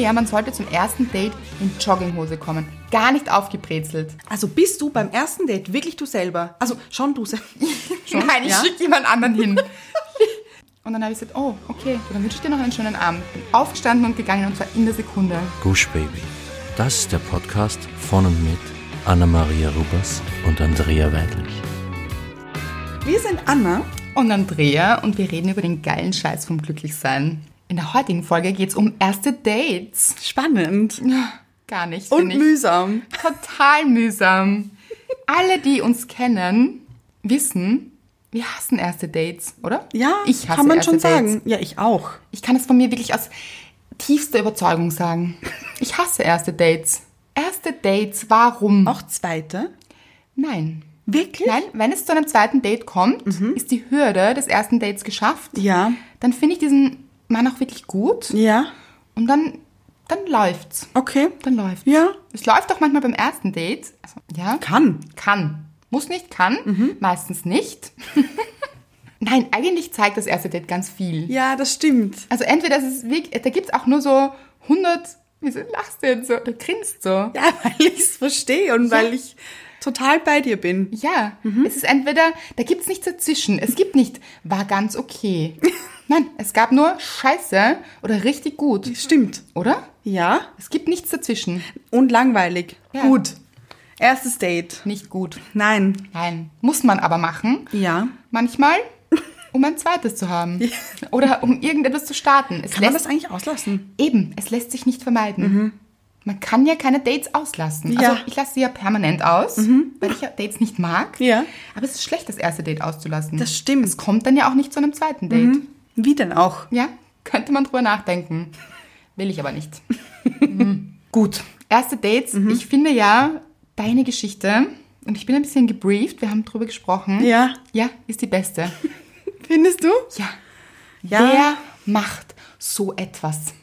ja, man sollte zum ersten Date in Jogginghose kommen. Gar nicht aufgebrezelt. Also bist du beim ersten Date wirklich du selber? Also schon du selber. Nein, ich ja? schicke jemand anderen hin. und dann habe ich gesagt, oh, okay, dann wünsche ich dir noch einen schönen Abend. Bin aufgestanden und gegangen und zwar in der Sekunde. Gush Baby. Das ist der Podcast von und mit Anna-Maria Rubers und Andrea Weidlich. Wir sind Anna. Und Andrea und wir reden über den geilen Scheiß vom Glücklichsein. In der heutigen Folge geht es um erste Dates. Spannend. Gar nicht. Und finde ich. mühsam. Total mühsam. Alle, die uns kennen, wissen, wir hassen erste Dates, oder? Ja, ich hasse kann man erste schon Dates. sagen. Ja, ich auch. Ich kann das von mir wirklich aus tiefster Überzeugung sagen. Ich hasse erste Dates. Erste Dates, warum? Auch zweite. Nein. Wirklich? Nein, wenn es zu einem zweiten Date kommt, ist die Hürde des ersten Dates geschafft. Mhm. Ja. Dann finde ich diesen Mann auch wirklich gut Ja. und dann, dann läuft's. Okay. Dann läuft's. Ja. Es läuft auch manchmal beim ersten Date. Also, ja. Kann. Mhm. Kann. Muss nicht, kann. Meistens nicht. Nein, eigentlich zeigt das erste Date ganz viel. Ja, das stimmt. Also entweder es ist wirklich, da gibt's auch nur so 100, wieso lachst du denn so? Du grinst so. Ja, weil ich es verstehe und weil ich total bei dir bin. Ja, Mhm. es ist entweder, da gibt's nichts dazwischen. Es gibt nicht, war ganz okay. Nein, es gab nur Scheiße oder richtig gut. Stimmt. Oder? Ja. Es gibt nichts dazwischen. Und langweilig. Ja. Gut. Erstes Date. Nicht gut. Nein. Nein, muss man aber machen. Ja. Manchmal, um ein zweites zu haben. Oder um irgendetwas zu starten. Es Kann man lässt- das eigentlich auslassen? Eben, es lässt sich nicht vermeiden. Man kann ja keine Dates auslassen. Mhm. Ja. Mhm. Also ich lasse sie ja permanent aus, weil ich ja Dates nicht mag. Ja. Aber es ist schlecht, das erste Date auszulassen. Das stimmt. Mhm. Es kommt dann ja auch nicht zu einem zweiten Date. Wie denn auch? Ja, könnte man drüber nachdenken. Will ich aber nicht. Mhm. Gut, erste Dates. Mhm. Ich finde ja, deine Geschichte, und ich bin ein bisschen gebrieft, wir haben drüber gesprochen. Ja. Ja, ist die beste. Findest du? Ja. Ja. Wer macht so etwas?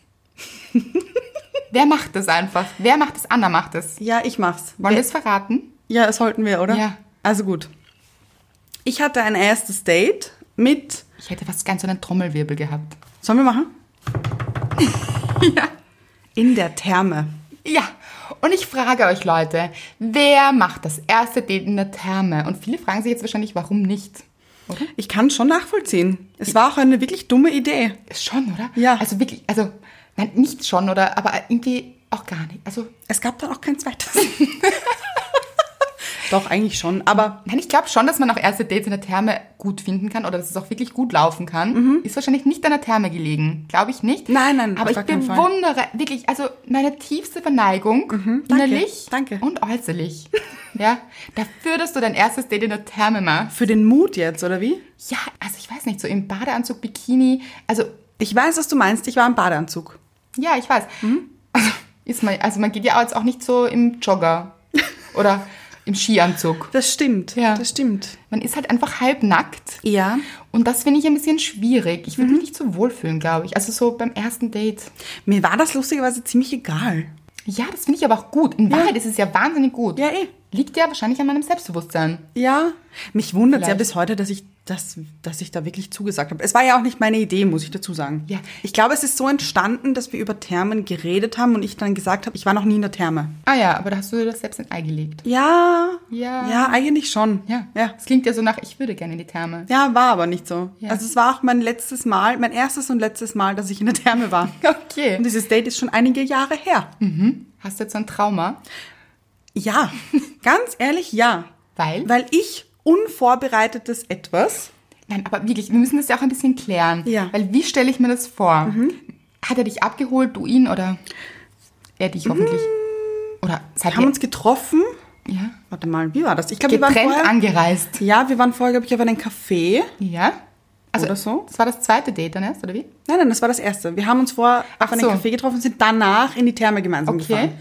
Wer macht das einfach? Wer macht das? Anna macht das. Ja, ich mach's. Wollen wir es verraten? Ja, das sollten wir, oder? Ja. Also gut. Ich hatte ein erstes Date mit. Ich hätte fast ganz so einen Trommelwirbel gehabt. Sollen wir machen? ja. In der Therme. Ja, und ich frage euch Leute, wer macht das erste Date in der Therme? Und viele fragen sich jetzt wahrscheinlich, warum nicht? Oder? Ich kann schon nachvollziehen. Es war auch eine wirklich dumme Idee. Schon, oder? Ja. Also wirklich, also, nein, nicht schon, oder? Aber irgendwie auch gar nicht. Also, Es gab dann auch kein zweites. Doch, eigentlich schon. Aber nein, ich glaube schon, dass man auch erste Dates in der Therme gut finden kann oder dass es auch wirklich gut laufen kann. Ist wahrscheinlich nicht an der Therme gelegen. Glaube ich nicht. Mhm. Nein, nein, auf Aber ich gar keinen Fall. bewundere wirklich, also meine tiefste Verneigung Mhm, danke, innerlich danke. und äußerlich. ja. Dafür, dass du dein erstes Date in der Therme machst. für den Mut jetzt, oder wie? Ja, also ich weiß nicht, so im Badeanzug, Bikini, also Ich weiß, was du meinst. Ich war im Badeanzug. ja, ich weiß. Mhm. Also, ist man, also man geht ja jetzt auch nicht so im Jogger oder im Skianzug. Das stimmt. Ja. Das stimmt. Man ist halt einfach halbnackt. Ja. Und das finde ich ein bisschen schwierig. Ich würde Mhm. mich nicht so wohlfühlen, glaube ich. Also so beim ersten Date. Mir war das lustigerweise ziemlich egal. Ja, das finde ich aber auch gut. In Wahrheit ist es ja wahnsinnig gut. Ja, eh. Liegt ja wahrscheinlich an meinem Selbstbewusstsein. Ja, mich wundert ja Vielleicht. bis heute, dass ich, dass, dass ich da wirklich zugesagt habe. Es war ja auch nicht meine Idee, muss ich dazu sagen. Ja. Ich glaube, es ist so entstanden, dass wir über Thermen geredet haben und ich dann gesagt habe, ich war noch nie in der Therme. Ah ja, aber da hast du dir das selbst in ein Ei gelegt. Ja. Ja. Ja, eigentlich schon. Ja. Ja, Es klingt ja so nach, ich würde gerne in die Therme. ja war aber nicht so. Ja. Also es war auch mein letztes Mal, mein erstes und letztes Mal, dass ich in der Therme war. Okay. Hm. Und dieses Date ist schon einige Jahre her. Hast du jetzt so ein Trauma? Ja, ganz ehrlich, ja. Weil? Weil ich unvorbereitetes etwas Nein, aber wirklich, wir müssen das ja auch ein bisschen klären. Ja. Mhm. Weil wie stelle ich mir das vor? Hat er dich abgeholt, du ihn oder er dich hoffentlich? Mhm. Oder seid Wir haben ihr uns getroffen. ja, Warte mal, wie war das? Ich glaube, wir waren getrennt vorher. angereist? Ja, wir waren vorher, glaube ich, auf einem Café. Ja. Also, Oder so? Das war das zweite Date dann erst, oder wie? Nein, nein, das war das erste. Wir haben uns vorher auf Ach einem so. Café getroffen und sind danach in die Therme gemeinsam Okay. Mhm. gefahren.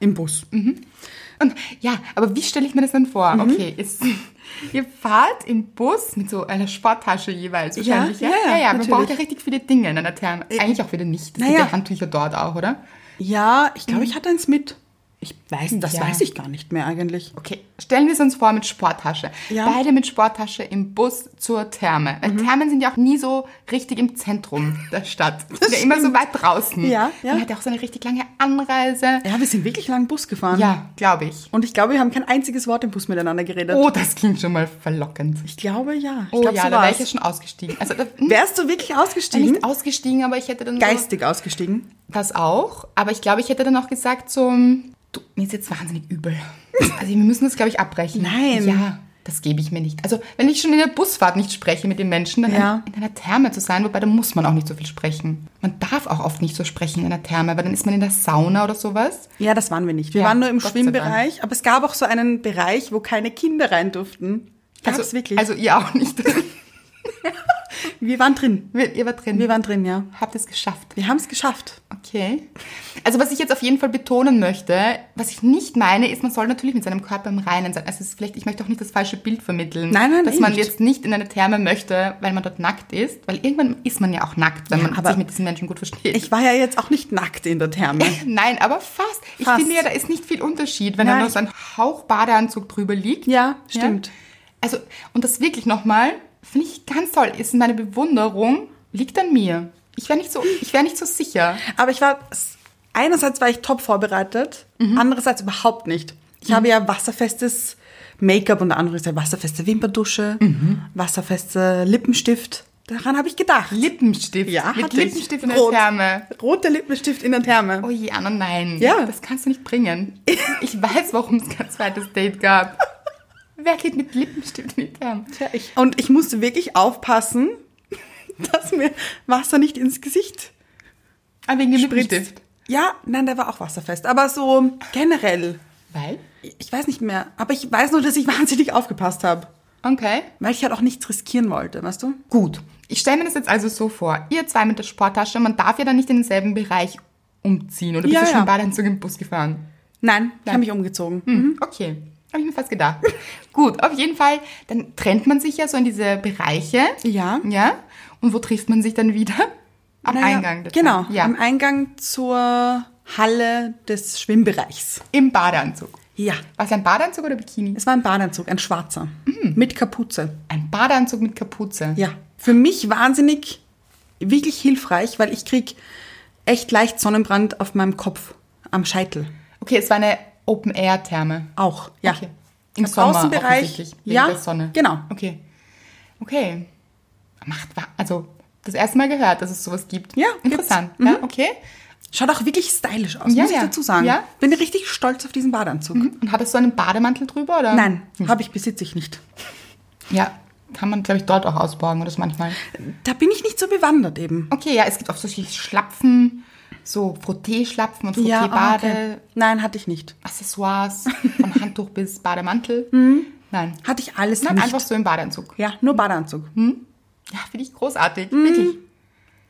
Im Bus. Und ja, aber wie stelle ich mir das dann vor? Mhm. Okay, ist, ihr fahrt im Bus mit so einer Sporttasche jeweils wahrscheinlich. ja, ja, ja, ja man natürlich. braucht ja richtig viele Dinge in einer Therme. Eigentlich auch wieder nicht. Es Na gibt ja. ja Handtücher dort auch, oder? Ja, ich glaube, ich hatte eins mit. Ich Ich weiß, das Mhm. Ja. weiß ich gar nicht mehr eigentlich. Okay, stellen wir es uns vor mit Sporttasche. Ja. Mhm. Beide mit Sporttasche im Bus zur Therme. Weil Thermen sind ja auch nie so richtig im Zentrum der Stadt. Die sind ja immer so weit draußen. Ja, ja. Man hat ja auch so eine richtig lange Anreise. Ja, wir sind wirklich lang Bus gefahren. Ja, glaube ich. Und ich glaube, wir haben kein einziges Wort im Bus miteinander geredet. Oh, das klingt schon mal verlockend. Ich glaube ja. Ich Oh glaube, ja, so da wäre ich war's. ja schon ausgestiegen. Also da, hm, Wärst du wirklich ausgestiegen? nicht ausgestiegen, aber ich hätte dann so Geistig ausgestiegen. das auch. Aber ich glaube, ich hätte dann auch gesagt so, hm, du, mir ist jetzt wahnsinnig übel. Also wir müssen das, glaube ich, abbrechen. Nein. Ja, das gebe ich mir nicht. Also wenn ich schon in der Busfahrt nicht spreche mit den Menschen, dann Ja. in, in einer Therme zu sein, wobei da muss man auch nicht so viel sprechen. Man darf auch oft nicht so sprechen in einer Therme, weil dann ist man in der Sauna oder sowas. Ja, das waren wir nicht. Wir Ja, waren nur im Gott sei Schwimmbereich, aber es gab auch so einen Bereich, wo keine Kinder rein durften. Gab's also, wirklich. Also ihr auch nicht. wir waren drin. Wir- ihr wart drin. Wir waren drin, ja. Habt es geschafft. Wir haben es geschafft. Okay. Also was ich jetzt auf jeden Fall betonen möchte, was ich nicht meine, ist, man soll natürlich mit seinem Körper im Reinen sein. Also es ist vielleicht, ich möchte auch nicht das falsche Bild vermitteln, Nein, nein, dass eh man nicht. jetzt nicht in eine Therme möchte, weil man dort nackt ist, weil irgendwann ist man ja auch nackt, wenn Ja, man aber sich mit diesen Menschen gut versteht. Ich war ja jetzt auch nicht nackt in der Therme. nein, aber fast. Ich Fast. finde ja, da ist nicht viel Unterschied, wenn da Nein. nur so ein Hauch Badeanzug drüber liegt. Ja, stimmt. Also und das wirklich nochmal, finde ich ganz toll. Ist meine Bewunderung liegt an mir. Ich wäre nicht so, ich wäre nicht so sicher. Aber ich war, einerseits war ich top vorbereitet, Mhm. andererseits überhaupt nicht. Ich habe ja wasserfestes Make-up und andererseits wasserfeste Wimperdusche, Mhm. wasserfeste Lippenstift. Daran habe ich gedacht. Lippenstift. mit hatte ich. Lippenstift in der Rot. Therme. Roter Lippenstift in der Therme. Oh Jana, nein. Ja. Das kannst du nicht bringen. Ich weiß, warum es kein zweites Date gab. Wer geht mit Lippenstift in die Therme? Tja, ich, und ich musste wirklich aufpassen, dass mir Wasser nicht ins Gesicht Ah, wegen dem spritzt. Lippenstift. Ja, nein, der war auch wasserfest. Aber so generell, Weil? ich weiß nicht mehr. Aber ich weiß nur, dass ich wahnsinnig aufgepasst habe. Okay. Weil ich halt auch nichts riskieren wollte, weißt du? Gut. Ich stelle mir das jetzt also so vor. Ihr zwei mit der Sporttasche, man darf ja dann nicht in denselben Bereich umziehen. Oder bist Ja, du schon ja. im Badeanzug im Bus gefahren? Nein, ich habe mich umgezogen. Mhm. Okay. Habe ich mir fast gedacht. Gut, auf jeden Fall. Dann trennt man sich ja so in diese Bereiche. Ja. Ja. Und wo trifft man sich dann wieder? Am Naja, Eingang. der Genau, Therme. Ja. am Eingang zur Halle des Schwimmbereichs. Im Badeanzug. Ja. Was ein Badeanzug oder Bikini? Es war ein Badeanzug, ein schwarzer. Hm. Mit Kapuze. Ein Badeanzug mit Kapuze. Ja, für mich wahnsinnig, wirklich hilfreich, weil ich krieg echt leicht Sonnenbrand auf meinem Kopf, am Scheitel Okay, es war eine Open Air Therme. auch. Ja, Okay. Im Sommer offensichtlich, wegen ja, der Sonne. genau. Okay. Okay. Macht wa- also das erste Mal gehört, dass es sowas gibt. Ja, Mhm. interessant. Ja, okay. Schaut auch wirklich stylisch aus, Ja, muss ich ja. dazu sagen. Ja. Mhm. Bin richtig stolz auf diesen Badeanzug. Und hat es so einen Bademantel drüber oder? Nein, habe ich, besitze ich nicht. Ja, kann man glaube ich dort auch ausborgen oder so manchmal. Da bin ich nicht so bewandert eben. Okay, ja, es gibt auch solche Schlapfen, so Frotteeschlapfen und Frottee-Bade, ah, okay. Nein, hatte ich nicht. Accessoires, von Handtuch bis Bademantel. Nein. Hatte ich alles Nein, Mhm. nicht. einfach Mhm. so im Badeanzug. ja, nur Badeanzug. Ja, finde ich großartig. Mhm. Wirklich.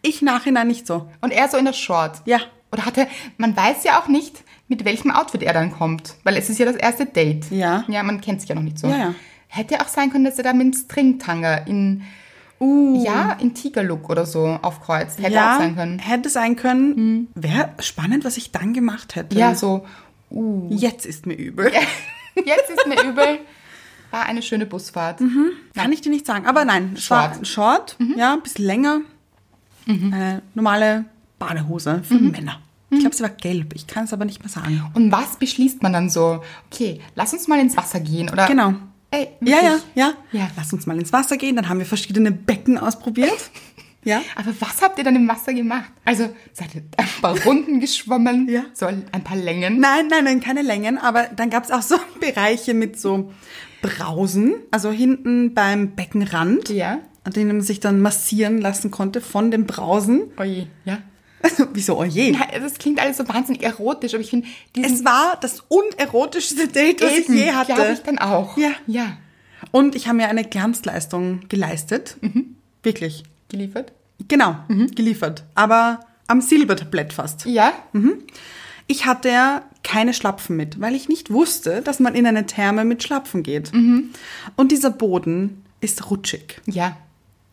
Ich nachhinein nicht so. Und er so in der Short. Ja. Oder hat er, man weiß ja auch nicht, mit welchem Outfit er dann kommt. Weil es ist ja das erste Date. Ja. Ja, man kennt sich ja noch nicht so. Ja, ja. Hätte ja auch sein können, dass er da mit einem Stringtanger in, Uh, ja, in Tigerlook oder so aufkreuzt. Hätte ja, auch sein können. Mhm. hätte sein können. Wäre spannend, was ich dann gemacht hätte. Ja, so, uh, Jetzt ist mir übel. jetzt ist mir übel. War eine schöne Busfahrt. Mhm. Kann ich dir nicht sagen. Aber nein, es war Short. Mhm. ein Short, ja, ein bisschen länger. Eine normale Badehose für Mhm. Männer. Ich glaube, sie war gelb. Ich kann es aber nicht mehr sagen. Und was beschließt man dann so? Okay, lass uns mal ins Wasser gehen. Oder, Genau. Ey, Ja, ja, wirklich. ja, Ja. Lass uns mal ins Wasser gehen. Dann haben wir verschiedene Becken ausprobiert. ja. Aber was habt ihr dann im Wasser gemacht? Also, seid ihr ein paar Runden geschwommen? Ja. So ein paar Längen? Nein, nein, nein, keine Längen. Aber dann gab es auch so Bereiche mit so Brausen. Also hinten beim Beckenrand. Ja. An denen man sich dann massieren lassen konnte von den Brausen. Oje, ja. Wieso, Oh oje? Nein, also es klingt alles so wahnsinnig erotisch, aber ich finde, diesen Es war das unerotischste Date, was Mhm. ich Eben, je hatte. glaub ich dann auch. Ja. Ja. Und ich habe mir eine Glanzleistung geleistet. Wirklich. Geliefert? Genau, geliefert. Aber am Silbertablett fast. Ja. Ich hatte ja keine Schlapfen mit, weil ich nicht wusste, dass man in eine Mhm. Therme mit Schlapfen geht. Und dieser Boden ist rutschig. Ja.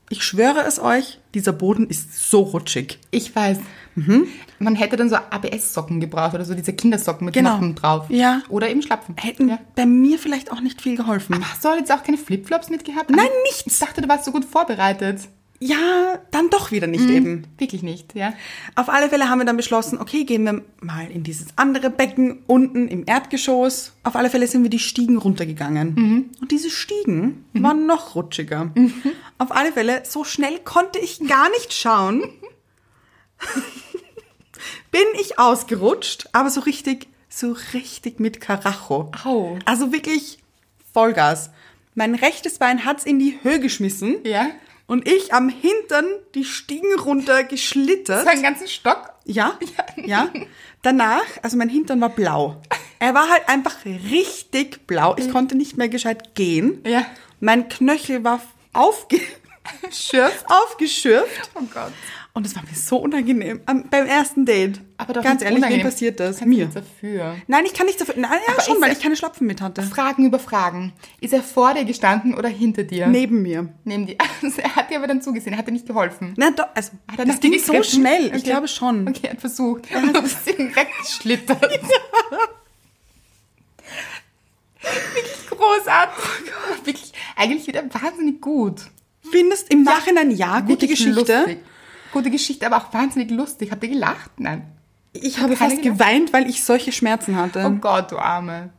Ich schwöre es euch, dieser Boden ist so rutschig. Ich weiß. Mhm. Man hätte dann so ABS-Socken gebraucht oder so diese Kindersocken mit Genau. Noppen drauf. Ja. Oder eben Schlapfen. Hätten Ja. bei mir vielleicht auch nicht viel geholfen. Hast du heute jetzt auch keine Flipflops mitgehabt? Nein, Ah, nichts. Ich dachte, du warst so gut vorbereitet. ja, dann doch wieder nicht eben. Wirklich nicht, ja. Auf alle Fälle haben wir dann beschlossen, okay, gehen wir mal in dieses andere Becken unten im Erdgeschoss. Auf alle Fälle sind wir die Stiegen runtergegangen. Mhm. Und diese Stiegen waren noch rutschiger. Auf alle Fälle, so schnell konnte ich gar nicht schauen. Bin ich ausgerutscht, aber so richtig, so richtig mit Karacho. Au. Also wirklich Vollgas. Mein rechtes Bein hat's in die Höhe geschmissen. Ja. Und ich am Hintern die Stiegen runter geschlittert. So einen ganzen Stock. Ja, ja. Danach, also mein Hintern war blau. Er war halt einfach richtig blau. Ich konnte nicht mehr gescheit gehen. Mhm. Ja. Mein Knöchel war aufge Schürft. aufgeschürft. Oh Gott. Und es war mir so unangenehm. Am, beim ersten Date. Aber doch Ganz nicht ehrlich, unangenehm. wem passiert das? Kannst du Mir. nichts Dafür. Nein, ich kann nichts dafür. Nein, ja, Aber schon, ist weil er- ich keine Schlapfen mit hatte. Fragen über Fragen. Ist er vor dir gestanden oder hinter dir? Neben mir. Neben dir. Also, er hat dir aber dann zugesehen, hat dir nicht geholfen. Na doch, also, Hat er das nach ging dir so gegriffen? schnell. Ich Okay. glaube schon. Okay, er hat versucht. Und du bist ihn weggeschlittert. Wirklich großartig. Oh Wirklich, eigentlich wieder wahnsinnig gut. Findest im Nachhinein ja, gute Wirklich Geschichte. Lustig. Gute Geschichte, aber auch wahnsinnig lustig. Habt ihr gelacht? Nein. Ich habe Keine fast gelacht? geweint, weil ich solche Schmerzen hatte. Oh Gott, du Arme.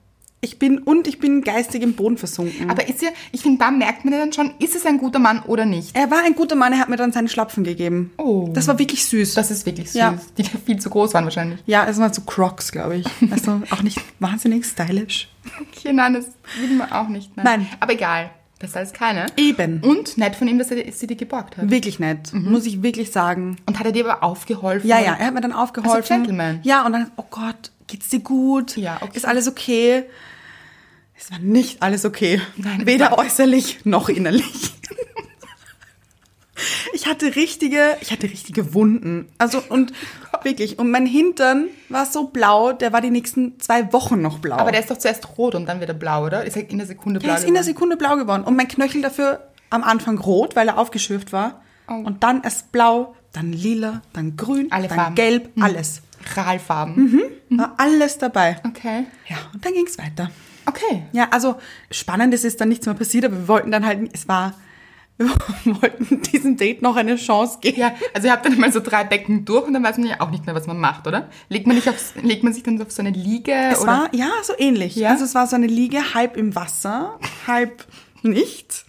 Ich bin und ich bin geistig im Boden versunken. Aber ist ja, ich finde, da merkt man ja dann schon, ist es ein guter Mann oder nicht. er war ein guter Mann, er hat mir dann seine Schlapfen gegeben. Oh. Das war wirklich süß. Das ist wirklich süß. Ja. Die da viel zu groß waren wahrscheinlich. ja, es waren so Crocs, glaube ich. Also auch nicht wahnsinnig stylisch. Okay, nein, das will man auch nicht. Nein. Nein. Aber egal. Besser als keine. Eben. Und nett von ihm, dass er sie dir geborgt hat. Wirklich nett, Mhm. muss ich wirklich sagen. Und hat er dir aber aufgeholfen? Ja, ja, er hat mir dann aufgeholfen. Also Gentleman. Ja, und dann, oh Gott, geht's dir gut? Ja, okay. Ist alles okay? Es war nicht alles okay. Nein, Weder nein. äußerlich noch innerlich. Ich hatte richtige, ich hatte richtige Wunden. Also und wirklich. Und mein Hintern war so blau, der war die nächsten zwei Wochen noch blau. Aber der ist doch zuerst rot und dann wieder blau, oder? Ist er in der Sekunde blau? Der ist in der geworden? Sekunde blau geworden. Und mein Knöchel dafür am Anfang rot, weil er aufgeschürft war. Oh. Und dann erst blau, dann lila, dann grün, Alle dann Farben. Hm. gelb, alles. Rahlfarben. Mhm. War alles dabei. Mhm. Okay. Ja, und dann ging es weiter. Okay. Ja, also spannend, es ist dann nichts mehr passiert, aber wir wollten dann halt, es war, wir wollten diesem Date noch eine Chance geben. Ja, also ihr habt dann mal so drei Becken durch und dann weiß man ja auch nicht mehr, was man macht, oder? Legt man, nicht aufs, legt man sich dann so auf so eine Liege? Es oder? war, ja, so ähnlich. Ja? Also es war so eine Liege, halb im Wasser, halb nicht.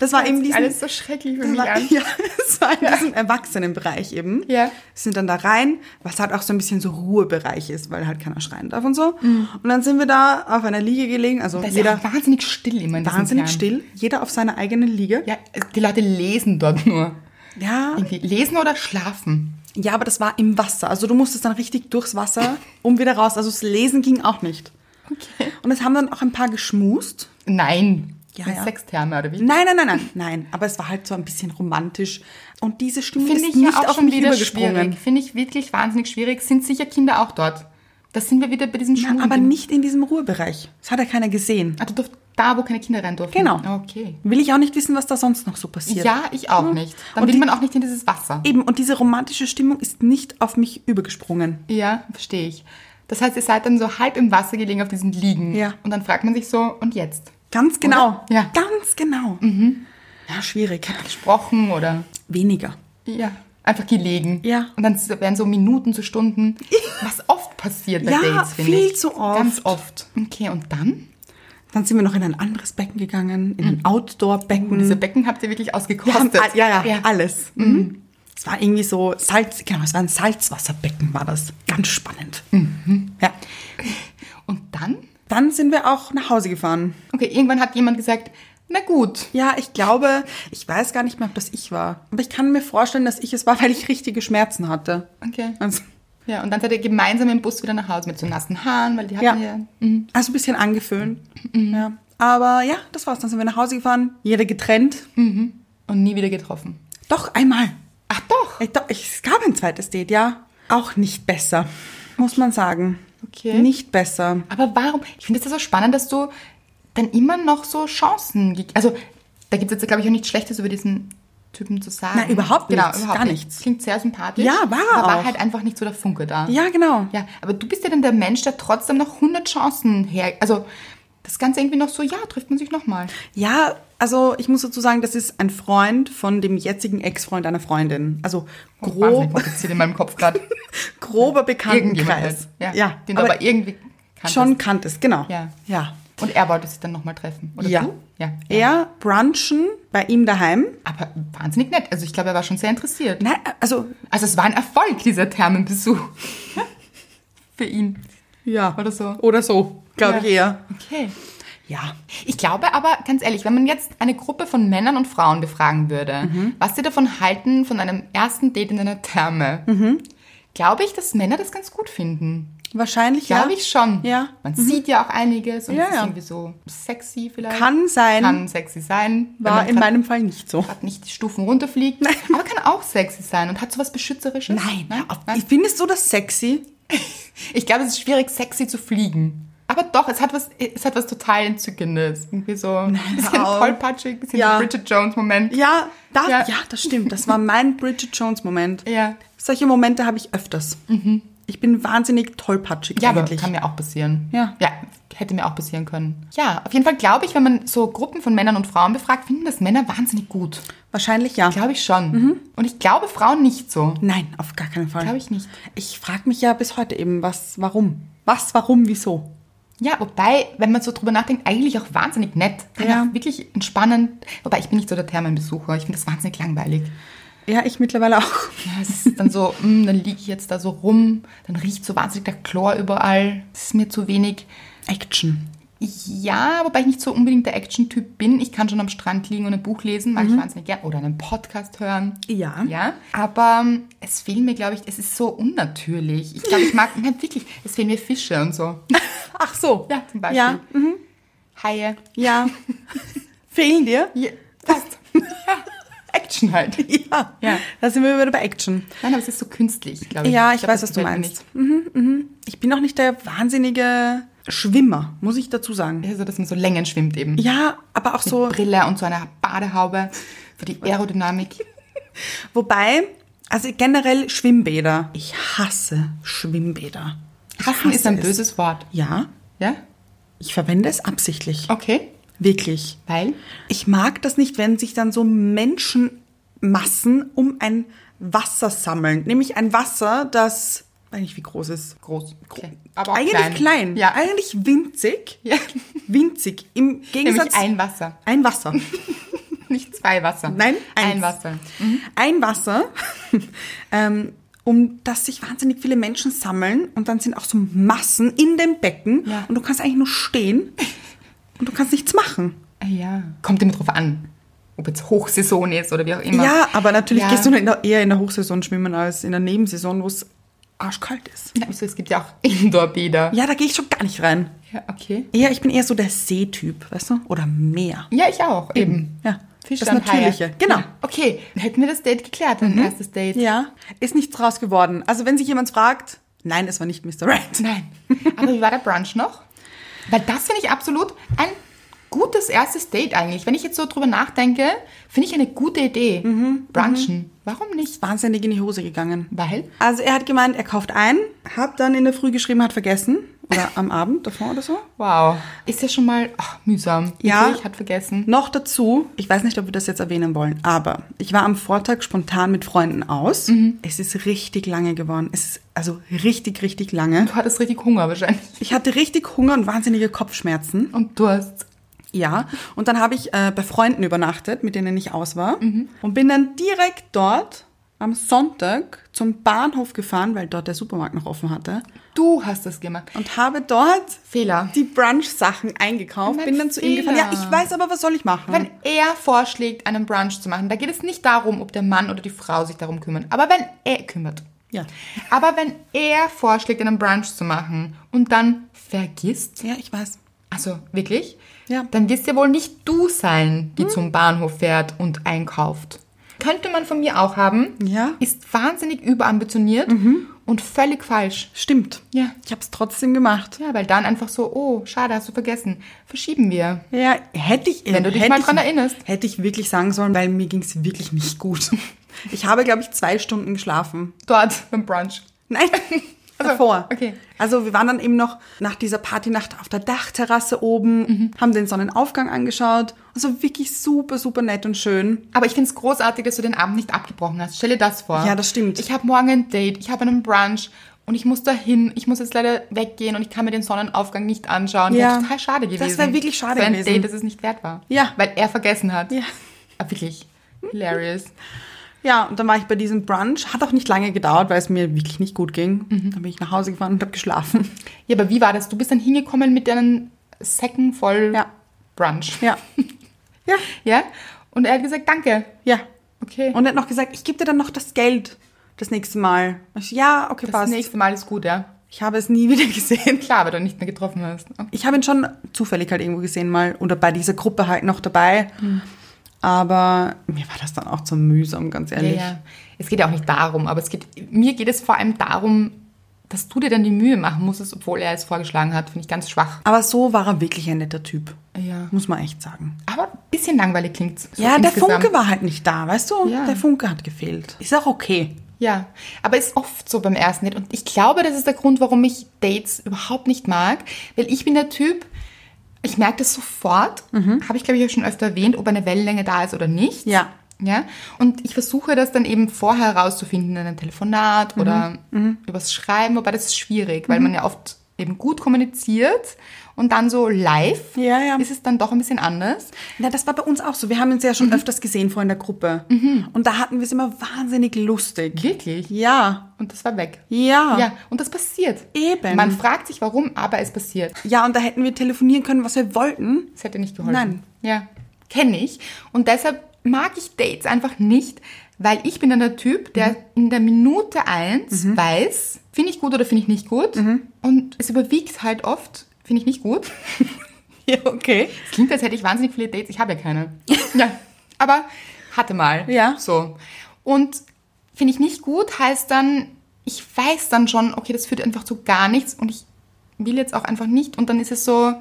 Das war eben Hört sich diesen, alles so schrecklich für Das mich war, an. ja, es war in diesem Erwachsenenbereich eben. Ja. Sind dann da rein, was halt auch so ein bisschen so Ruhebereich ist, weil halt keiner schreien darf und so. Und dann sind wir da auf einer Liege gelegen, also Da Mhm. ist jeder jeder wahnsinnig still immer in diesem wahnsinnig Kern. still, jeder auf seiner eigenen Liege. Ja, die Leute lesen dort nur. Ja. Irgendwie lesen oder schlafen. ja, aber das war im Wasser. Also du musstest dann richtig durchs Wasser, um wieder raus. Also das Lesen ging auch nicht. Okay. Und es haben dann auch ein paar geschmust. Nein. Ja, Eine ja. Sextherme, oder wie? Nein, nein, nein, nein, nein. Aber es war halt so ein bisschen romantisch. Und diese Stimmung Finde ist ich ja nicht auch auf schon mich wieder übergesprungen. schwierig. Finde ich wirklich wahnsinnig schwierig. Sind sicher Kinder auch dort. Da sind wir wieder bei diesem Ja, Schmuck. aber nicht in diesem Ruhebereich. Das hat ja keiner gesehen. Ah, du durft, da, wo keine Kinder rein durften. Genau. Okay. Will ich auch nicht wissen, was da sonst noch so passiert. Ja, ich auch nicht. Dann Hm. Und will die- man auch nicht in dieses Wasser. Eben, und diese romantische Stimmung ist nicht auf mich übergesprungen. Ja, verstehe ich. Das heißt, ihr seid dann so halb im Wasser gelegen auf diesen Liegen. Ja. Und dann fragt man sich so, und jetzt? Ganz genau. Oder? Ja. Mhm. Ganz genau. Ja, schwierig. Gesprochen oder? Weniger. Ja. Einfach gelegen. Ja. Und dann werden so Minuten zu Stunden, was oft passiert bei Ja, Dates, finde ich. viel zu oft. Ganz oft. Okay, und dann? Dann sind wir noch in ein anderes Becken gegangen, in ein Outdoor-Becken. Diese Becken habt ihr wirklich Mhm. haben, ausgekostet. Mhm. ja, ja, ja, alles. Mhm. Es war irgendwie so Salz, genau, es war ein Salzwasserbecken, war das. Ganz spannend. Ja. Und dann? Dann sind wir auch nach Hause gefahren. Okay, irgendwann hat jemand gesagt, na gut. Ja, ich glaube, ich weiß gar nicht mehr, ob das ich war. Aber ich kann mir vorstellen, dass ich es war, weil ich richtige Schmerzen hatte. Okay. Also, Ja, und dann seid ihr gemeinsam im Bus wieder nach Hause mit so nassen Haaren, weil die hatten ja. Mhm. ja. Also ein bisschen angeföhnt. Ja. Aber ja, das war's. Dann sind wir nach Hause gefahren, jeder getrennt. und nie wieder getroffen. Doch, einmal. Ach doch. Ich, doch, ich, es gab ein zweites Date, ja. Auch nicht besser, muss man sagen. Okay. Nicht besser. Aber warum? Ich finde es ja so spannend, dass du dann immer noch so Chancen, ge- also da gibt es jetzt glaube ich auch nichts Schlechtes über diesen Typen zu sagen. Nein, überhaupt Genau, nichts, überhaupt gar nicht. nichts. Klingt sehr sympathisch. Ja, war er Aber war auch. halt einfach nicht so der Funke da. Ja, genau. Ja, aber du bist ja dann der Mensch, der trotzdem noch 100 Chancen her... Also das Ganze irgendwie noch so, ja, trifft man sich nochmal. Ja, also ich muss dazu sagen, das ist ein Freund von dem jetzigen Ex-Freund einer Freundin. Also Oh, Wahnsinnig grob, kompliziert in meinem Kopf gerade. grober Irgendjemand Bekanntenkreis. halt. Ja, den aber, du aber irgendwie kanntest. schon kanntest, genau. Ja. ja. Und er wollte sich dann nochmal treffen. Oder Ja. du? Ja. Er brunchen bei ihm daheim. Aber wahnsinnig nett. Also ich glaube, er war schon sehr interessiert. Nein, also Also es war ein Erfolg, dieser Thermenbesuch. Für ihn. ja. Oder so. Oder so, glaube Ja. ich eher. Okay. Ja. Ich glaube aber, ganz ehrlich, wenn man jetzt eine Gruppe von Männern und Frauen befragen würde, Mhm. was sie davon halten, von einem ersten Date in einer Therme, Mhm. glaube ich, dass Männer das ganz gut finden. Wahrscheinlich, Glaube ja. ich schon. Ja. Mhm. Man sieht ja auch einiges und Ja, es ist ja. irgendwie so sexy vielleicht. Kann sein. Kann sexy sein. wenn War man in grad- meinem Fall nicht so. grad nicht die Stufen runterfliegt. Aber kann auch sexy sein und hat sowas Beschützerisches. auf- Ich finde es so das sexy. Ich glaube, es ist schwierig, sexy zu fliegen. Aber doch, es hat was, es hat was total Entzückendes. Irgendwie so ein bisschen auf. tollpatschig, ein bisschen Ja. Bridget Jones-Moment. Ja, da, Ja. ja. das stimmt. Das war mein Bridget Jones-Moment. Ja. Solche Momente habe ich öfters. Ich bin wahnsinnig tollpatschig Ja, aber eigentlich. kann mir auch passieren. Ja. Ja, hätte mir auch passieren können. Ja, auf jeden Fall glaube ich, wenn man so Gruppen von Männern und Frauen befragt, finden das Männer wahnsinnig gut. Wahrscheinlich ja. Glaube ich schon. Mhm. Und ich glaube Frauen nicht so. Nein, auf gar keinen Fall. Glaube ich nicht. Ich frage mich ja bis heute eben, was, warum? Was, warum, wieso? Ja, wobei, wenn man so drüber nachdenkt, eigentlich auch wahnsinnig nett. Kann Ja. auch wirklich entspannend. Wobei, ich bin nicht so der Thermenbesucher. Ich finde das wahnsinnig langweilig. Ja, ich mittlerweile auch. Ja, es ist dann so, mm, dann liege ich jetzt da so rum, dann riecht so wahnsinnig der Chlor überall. Es ist mir zu wenig. Action. Ja, wobei ich nicht so unbedingt der Action-Typ bin. Ich kann schon am Strand liegen und ein Buch lesen, mag ich wahnsinnig gerne. Oder einen Podcast hören. Mhm. Ja. Ja. Aber ähm, es fehlen mir, glaube ich, es ist so unnatürlich. Ich glaube, ich mag, nein, wirklich, es fehlen mir Fische und so. Ach so. Ja, zum Beispiel. Ja. mhm. Haie. ja. Fehlen dir? Ja, passt. ja. Action halt. Ja. Ja. Da sind wir wieder bei Action. Nein, aber es ist so künstlich, glaube ich. Ja, ich glaub, weiß, das was du gefällt mir meinst. Mhm, mhm. Ich bin auch nicht der wahnsinnige Schwimmer, muss ich dazu sagen. nicht. Also, dass man so Längen schwimmt eben. Ja, aber auch so. Brille und so einer Badehaube für die Aerodynamik. Wobei, also generell Schwimmbäder. Ich hasse Schwimmbäder. Ich Hassen ist ein es. böses Wort. Ja, Ja? ich verwende es absichtlich. Okay. Wirklich. Weil? Ich mag das nicht, wenn sich dann so Menschenmassen um ein Wasser sammeln. Nämlich ein Wasser, das eigentlich wie groß ist. Groß. Okay. eigentlich klein. Ja. Eigentlich winzig. ja. Winzig. Im Gegensatz. Nämlich ein Wasser. ein Wasser. Nicht zwei Wasser. Nein, ein eins. Wasser. Mhm. ein Wasser, ähm, um das sich wahnsinnig viele Menschen sammeln und dann sind auch so Massen in dem Becken Ja. und du kannst eigentlich nur stehen und du kannst nichts machen. Ja. Kommt immer drauf an, ob jetzt Hochsaison ist oder wie auch immer. Ja, aber natürlich Ja. gehst du in der, eher in der Hochsaison schwimmen als in der Nebensaison, wo es arschkalt ist. Ja, Also, es gibt ja auch Indoor-Bäder. Ja, da gehe ich schon gar nicht rein. Ja, okay. Eher, ich bin eher so der Seetyp, weißt du? Oder Meer. Ja, ich auch, eben. Ja, Fisch das und Natürliche. Haie. Genau. Mhm. Ja. Okay, hätten wir das Date geklärt, dein erstes Date. Ja, ist nichts draus geworden. Also wenn sich jemand fragt, nein, es war nicht Mr. Red. Nein. Aber wie war der Brunch noch? Weil das finde ich absolut ein gutes erstes Date eigentlich. Wenn ich jetzt so drüber nachdenke, finde ich eine gute Idee. Mhm. Brunchen. Warum nicht? Wahnsinnig in die Hose gegangen. Weil? Also er hat gemeint, er kauft ein, hat dann in der Früh geschrieben, hat vergessen. Oder am Abend davor oder so. Wow. Ist ja schon mal ach, mühsam. Ja. Ich hat vergessen. Noch dazu, ich weiß nicht, ob wir das jetzt erwähnen wollen, aber ich war am Vortag spontan mit Freunden aus. Es ist richtig lange geworden. Es ist also richtig, richtig lange. Du hattest richtig Hunger wahrscheinlich. Ich hatte richtig Hunger und wahnsinnige Kopfschmerzen. Und Durst. Ja. Und dann habe ich äh, bei Freunden übernachtet, mit denen ich aus war. Und bin dann direkt dort am Sonntag zum Bahnhof gefahren, weil dort der Supermarkt noch offen hatte. Du hast das gemacht. Und habe dort Fehler. die Brunch-Sachen eingekauft, Mein bin dann zu ihm gefahren. Fehler. Ja, ich weiß aber, was soll ich machen? Mhm. Wenn er vorschlägt, einen Brunch zu machen, da geht es nicht darum, ob der Mann oder die Frau sich darum kümmern. Aber wenn er kümmert. ja. Aber wenn er vorschlägt, einen Brunch zu machen und dann vergisst, ja, ich weiß. also wirklich, Ja. Hm. dann wirst ja wohl nicht du sein, die zum Bahnhof fährt und einkauft. Könnte man von mir auch haben. Ja. Mhm. Ist wahnsinnig überambitioniert Und völlig falsch. Stimmt. Ja. Ich habe es trotzdem gemacht. Ja, weil dann einfach so, oh, schade, hast du vergessen. Verschieben wir. Ja, hätte ich. äh, Wenn du dich hätte mal ich- dran erinnerst. Hätte ich wirklich sagen sollen, weil mir ging es wirklich nicht gut. Ich habe, glaube ich, zwei Stunden geschlafen. Dort beim Brunch. Nein, Also, davor. okay. Also wir waren dann eben noch nach dieser Partynacht auf der Dachterrasse oben, Mhm. haben den Sonnenaufgang angeschaut. Also wirklich super, super nett und schön. Aber ich finde es großartig, dass du den Abend nicht abgebrochen hast. Stell dir das vor. Ja, das stimmt. Ich habe morgen ein Date, ich habe einen Brunch und ich muss dahin. Ich muss jetzt leider weggehen und ich kann mir den Sonnenaufgang nicht anschauen. Ja. Wäre total schade Das gewesen. wäre wirklich schade für ein gewesen. Date, das es nicht wert war. Ja. Weil er vergessen hat. Ja. Aber wirklich. Hilarious. Ja, und dann war ich bei diesem Brunch. Hat auch nicht lange gedauert, weil es mir wirklich nicht gut ging. Mhm. Dann bin ich nach Hause gefahren und habe geschlafen. Ja, aber wie war das? Du bist dann hingekommen mit deinen Säcken voll Ja. Brunch. Ja. ja. Ja? Und er hat gesagt, danke. Ja. Okay. Und er hat noch gesagt, ich gebe dir dann noch das Geld das nächste Mal. Ich, ja, okay, das passt. nächste Mal ist gut, ja. Ich habe es nie wieder gesehen. Klar, weil du ihn nicht mehr getroffen hast. Okay. Ich habe ihn schon zufällig halt irgendwo gesehen mal oder bei dieser Gruppe halt noch dabei. Aber mir war das dann auch zu mühsam, ganz Ja, ehrlich. ja. Es geht ja auch nicht darum, aber es geht, mir geht es vor allem darum, dass du dir dann die Mühe machen musstest, obwohl er es vorgeschlagen hat. Finde ich ganz schwach. Aber so war er wirklich ein netter Typ. Ja. Muss man echt sagen. Aber ein bisschen langweilig klingt so ja, der insgesamt. Funke war halt nicht da, weißt du? Ja. Der Funke hat gefehlt. Ist auch okay. Ja, aber ist oft so beim ersten Date. Und ich glaube, das ist der Grund, warum ich Dates überhaupt nicht mag. Weil ich bin der Typ, ich merke das sofort, habe ich glaube ich auch schon öfter erwähnt, ob eine Wellenlänge da ist oder nicht. Mhm. Ja. Ja, und ich versuche das dann eben vorher herauszufinden in einem Mhm. Telefonat oder übers Schreiben, wobei das ist schwierig, weil man ja oft eben gut kommuniziert und dann so live Ja, ja. ist es dann doch ein bisschen anders. Na, das war bei uns auch so. Wir haben uns ja schon öfters gesehen vor in der Gruppe. Und da hatten wir es immer wahnsinnig lustig. Wirklich? Ja. Und das war weg. Ja. Ja, und das passiert. Eben. Man fragt sich warum, aber es passiert. Ja, und da hätten wir telefonieren können, was wir wollten. Es hätte nicht geholfen. Nein. Ja, kenne ich. Und deshalb mag ich Dates einfach nicht, weil ich bin dann der Typ, der in der Minute eins weiß, finde ich gut oder finde ich nicht gut. Und es überwiegt halt oft, finde ich nicht gut. Ja, okay. Es klingt, als hätte ich wahnsinnig viele Dates. Ich habe ja keine. ja, aber hatte mal. Ja. So. Und finde ich nicht gut, heißt dann, ich weiß dann schon, okay, das führt einfach zu gar nichts und ich will jetzt auch einfach nicht. Und dann ist es so,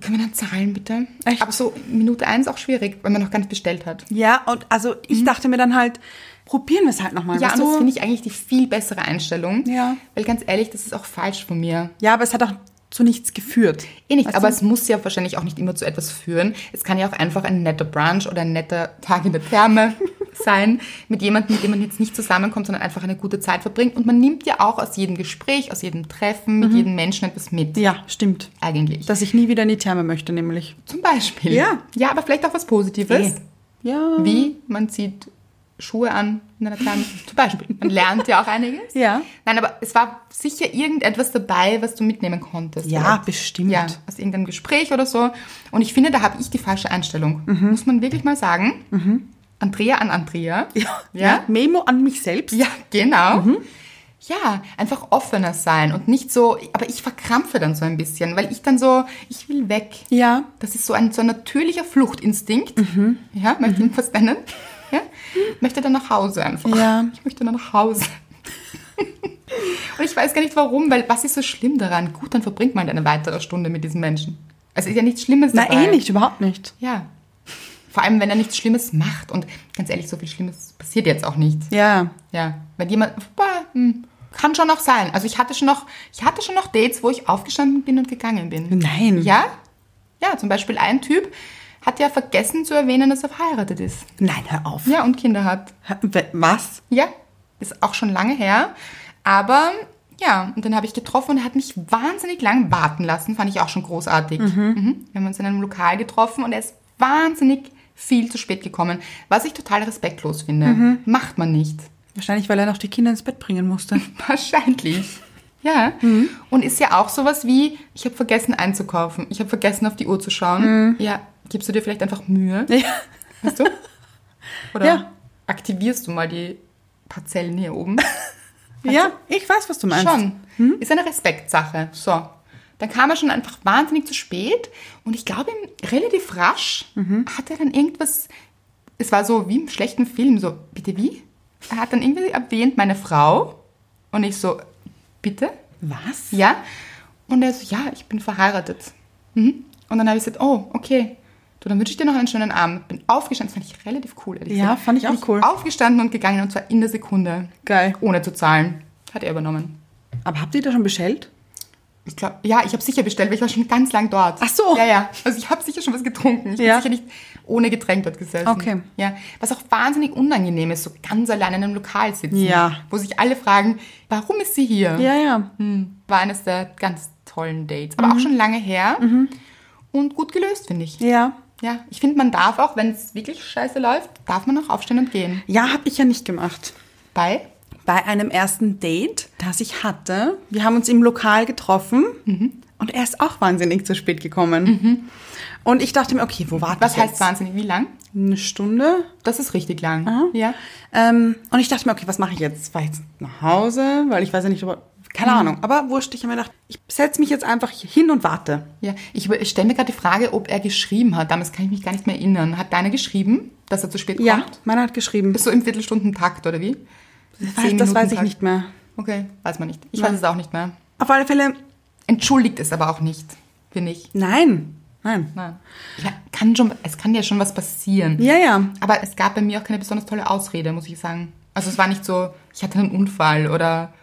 können wir dann zahlen bitte? Echt? Aber so Minute eins auch schwierig, weil man noch gar nicht bestellt hat. Ja, und also ich dachte mir dann halt, probieren wir es halt nochmal. Ja, weißt und das du? finde ich eigentlich die viel bessere Einstellung. Ja. Weil ganz ehrlich, das ist auch falsch von mir. Ja, aber es hat auch zu nichts geführt. Eh nicht, Weißt aber du? es muss ja wahrscheinlich auch nicht immer zu etwas führen. Es kann ja auch einfach ein netter Brunch oder ein netter Tag in der Therme sein, mit jemandem, mit dem man jetzt nicht zusammenkommt, sondern einfach eine gute Zeit verbringt. Und man nimmt ja auch aus jedem Gespräch, aus jedem Treffen mit jedem Menschen etwas mit. Mhm. Ja, stimmt. Eigentlich. Dass ich nie wieder in die Therme möchte, nämlich. Zum Beispiel. Ja. Ja, aber vielleicht auch was Positives. Eh. Ja. Wie man zieht Schuhe an in einer Therme. Zum Beispiel. Man lernt ja auch einiges. Ja. Nein, aber es war sicher irgendetwas dabei, was du mitnehmen konntest. Ja, Vielleicht. bestimmt. Ja, aus irgendeinem Gespräch oder so. Und ich finde, da habe ich die falsche Einstellung. Muss man wirklich mal sagen. Andrea an Andrea. Ja. Ja, Memo an mich selbst. ja genau. Ja, einfach offener sein und nicht so, aber ich verkrampfe dann so ein bisschen, weil ich dann so, ich will weg. Ja. Das ist so ein, so ein natürlicher Fluchtinstinkt. Mhm. Ja, möchte ich ihn fast nennen. Ja? Möchte dann nach Hause einfach. Ja. Ich möchte dann nach Hause. Und ich weiß gar nicht warum, weil was ist so schlimm daran? Gut, dann verbringt man halt eine weitere Stunde mit diesem Menschen. Es ist ja nichts Schlimmes Na, dabei. eh nicht, überhaupt nicht. Ja. Vor allem, wenn er nichts Schlimmes macht. Und ganz ehrlich, so viel Schlimmes passiert jetzt auch nicht. Ja. Ja, wenn jemand bah, hm, kann schon noch sein. Also ich hatte schon noch, ich hatte schon noch Dates, wo ich aufgestanden bin und gegangen bin. Nein. Ja? Ja, zum Beispiel ein Typ hat ja vergessen zu erwähnen, dass er verheiratet ist. Nein, hör auf. Ja, und Kinder hat. Hör- we- Was? Ja, ist auch schon lange her. Aber ja, und dann habe ich getroffen und er hat mich wahnsinnig lang warten lassen. Fand ich auch schon großartig. Mhm. Wir haben uns in einem Lokal getroffen und er ist wahnsinnig viel zu spät gekommen, was ich total respektlos finde. Macht man nicht. Wahrscheinlich, weil er noch die Kinder ins Bett bringen musste. Wahrscheinlich. Ja. Und ist ja auch sowas wie, ich habe vergessen einzukaufen, ich habe vergessen auf die Uhr zu schauen. Ja, gibst du dir vielleicht einfach Mühe, ja. weißt du? Oder Ja. aktivierst du mal die Parzellen hier oben? ja, ich weiß, was du meinst. Hm? Schon. Ist eine Respektsache. So. Dann kam er schon einfach wahnsinnig zu spät und ich glaube, ihm relativ rasch Mhm. hat er dann irgendwas, es war so wie im schlechten Film, so, bitte wie? Er hat dann irgendwie erwähnt, meine Frau Und ich so, bitte? Was? Ja? Und er so, ja, ich bin verheiratet. Mhm. Und dann habe ich gesagt, oh, okay. Du, dann wünsche ich dir noch einen schönen Abend. Bin aufgestanden, das fand ich relativ cool, ehrlich Ja, gesagt. fand ich auch Bin cool. Aufgestanden und gegangen und zwar in der Sekunde. Geil. Ohne zu zahlen. Hat er übernommen. Aber habt ihr da schon bestellt? Ich glaub, ja, ich habe sicher bestellt, weil ich war schon ganz lang dort. Ach so. Ja, ja. Also ich habe sicher schon was getrunken. Ich Ja. bin sicher nicht ohne Getränk dort gesessen. Okay. Ja. Was auch wahnsinnig unangenehm ist, so ganz allein in einem Lokal sitzen. Ja. Wo sich alle fragen, warum ist sie hier? Ja, ja. Hm. War eines der ganz tollen Dates. Aber auch schon lange her. Und gut gelöst, finde ich. Mhm. Ja. Ja, ich finde, man darf auch, wenn es wirklich scheiße läuft, darf man auch aufstehen und gehen. Ja, habe ich ja nicht gemacht. Bei? bei einem ersten Date, das ich hatte. Wir haben uns im Lokal getroffen Mhm. und er ist auch wahnsinnig zu spät gekommen. Und ich dachte mir, okay, wo war Was das heißt jetzt? wahnsinnig? Wie lang? Eine Stunde. ne? Das ist richtig lang. Ja. Ähm, und ich dachte mir, okay, was mache ich jetzt? Fahr ich jetzt nach Hause, weil ich weiß ja nicht, ob... Keine Mhm. Ahnung, aber wurscht, ich habe mir gedacht, ich setze mich jetzt einfach hin und warte. Ja, ich, ich stelle mir gerade die Frage, ob er geschrieben hat. Damals kann ich mich gar nicht mehr erinnern. Hat deiner geschrieben, dass er zu spät Ja, kommt? meiner hat geschrieben. Ist so im Viertelstundentakt oder wie? Das weiß, das weiß ich Minuten-Takt. nicht mehr. Okay, weiß man nicht. Ich Nein. weiß es auch nicht mehr. Auf alle Fälle, Entschuldigt es aber auch nicht, finde ich. nein, nein. Nein. Ja, kann schon, es kann ja schon was passieren. Ja, ja, Aber es gab bei mir auch keine besonders tolle Ausrede, muss ich sagen. Also es war nicht so, ich hatte einen Unfall oder...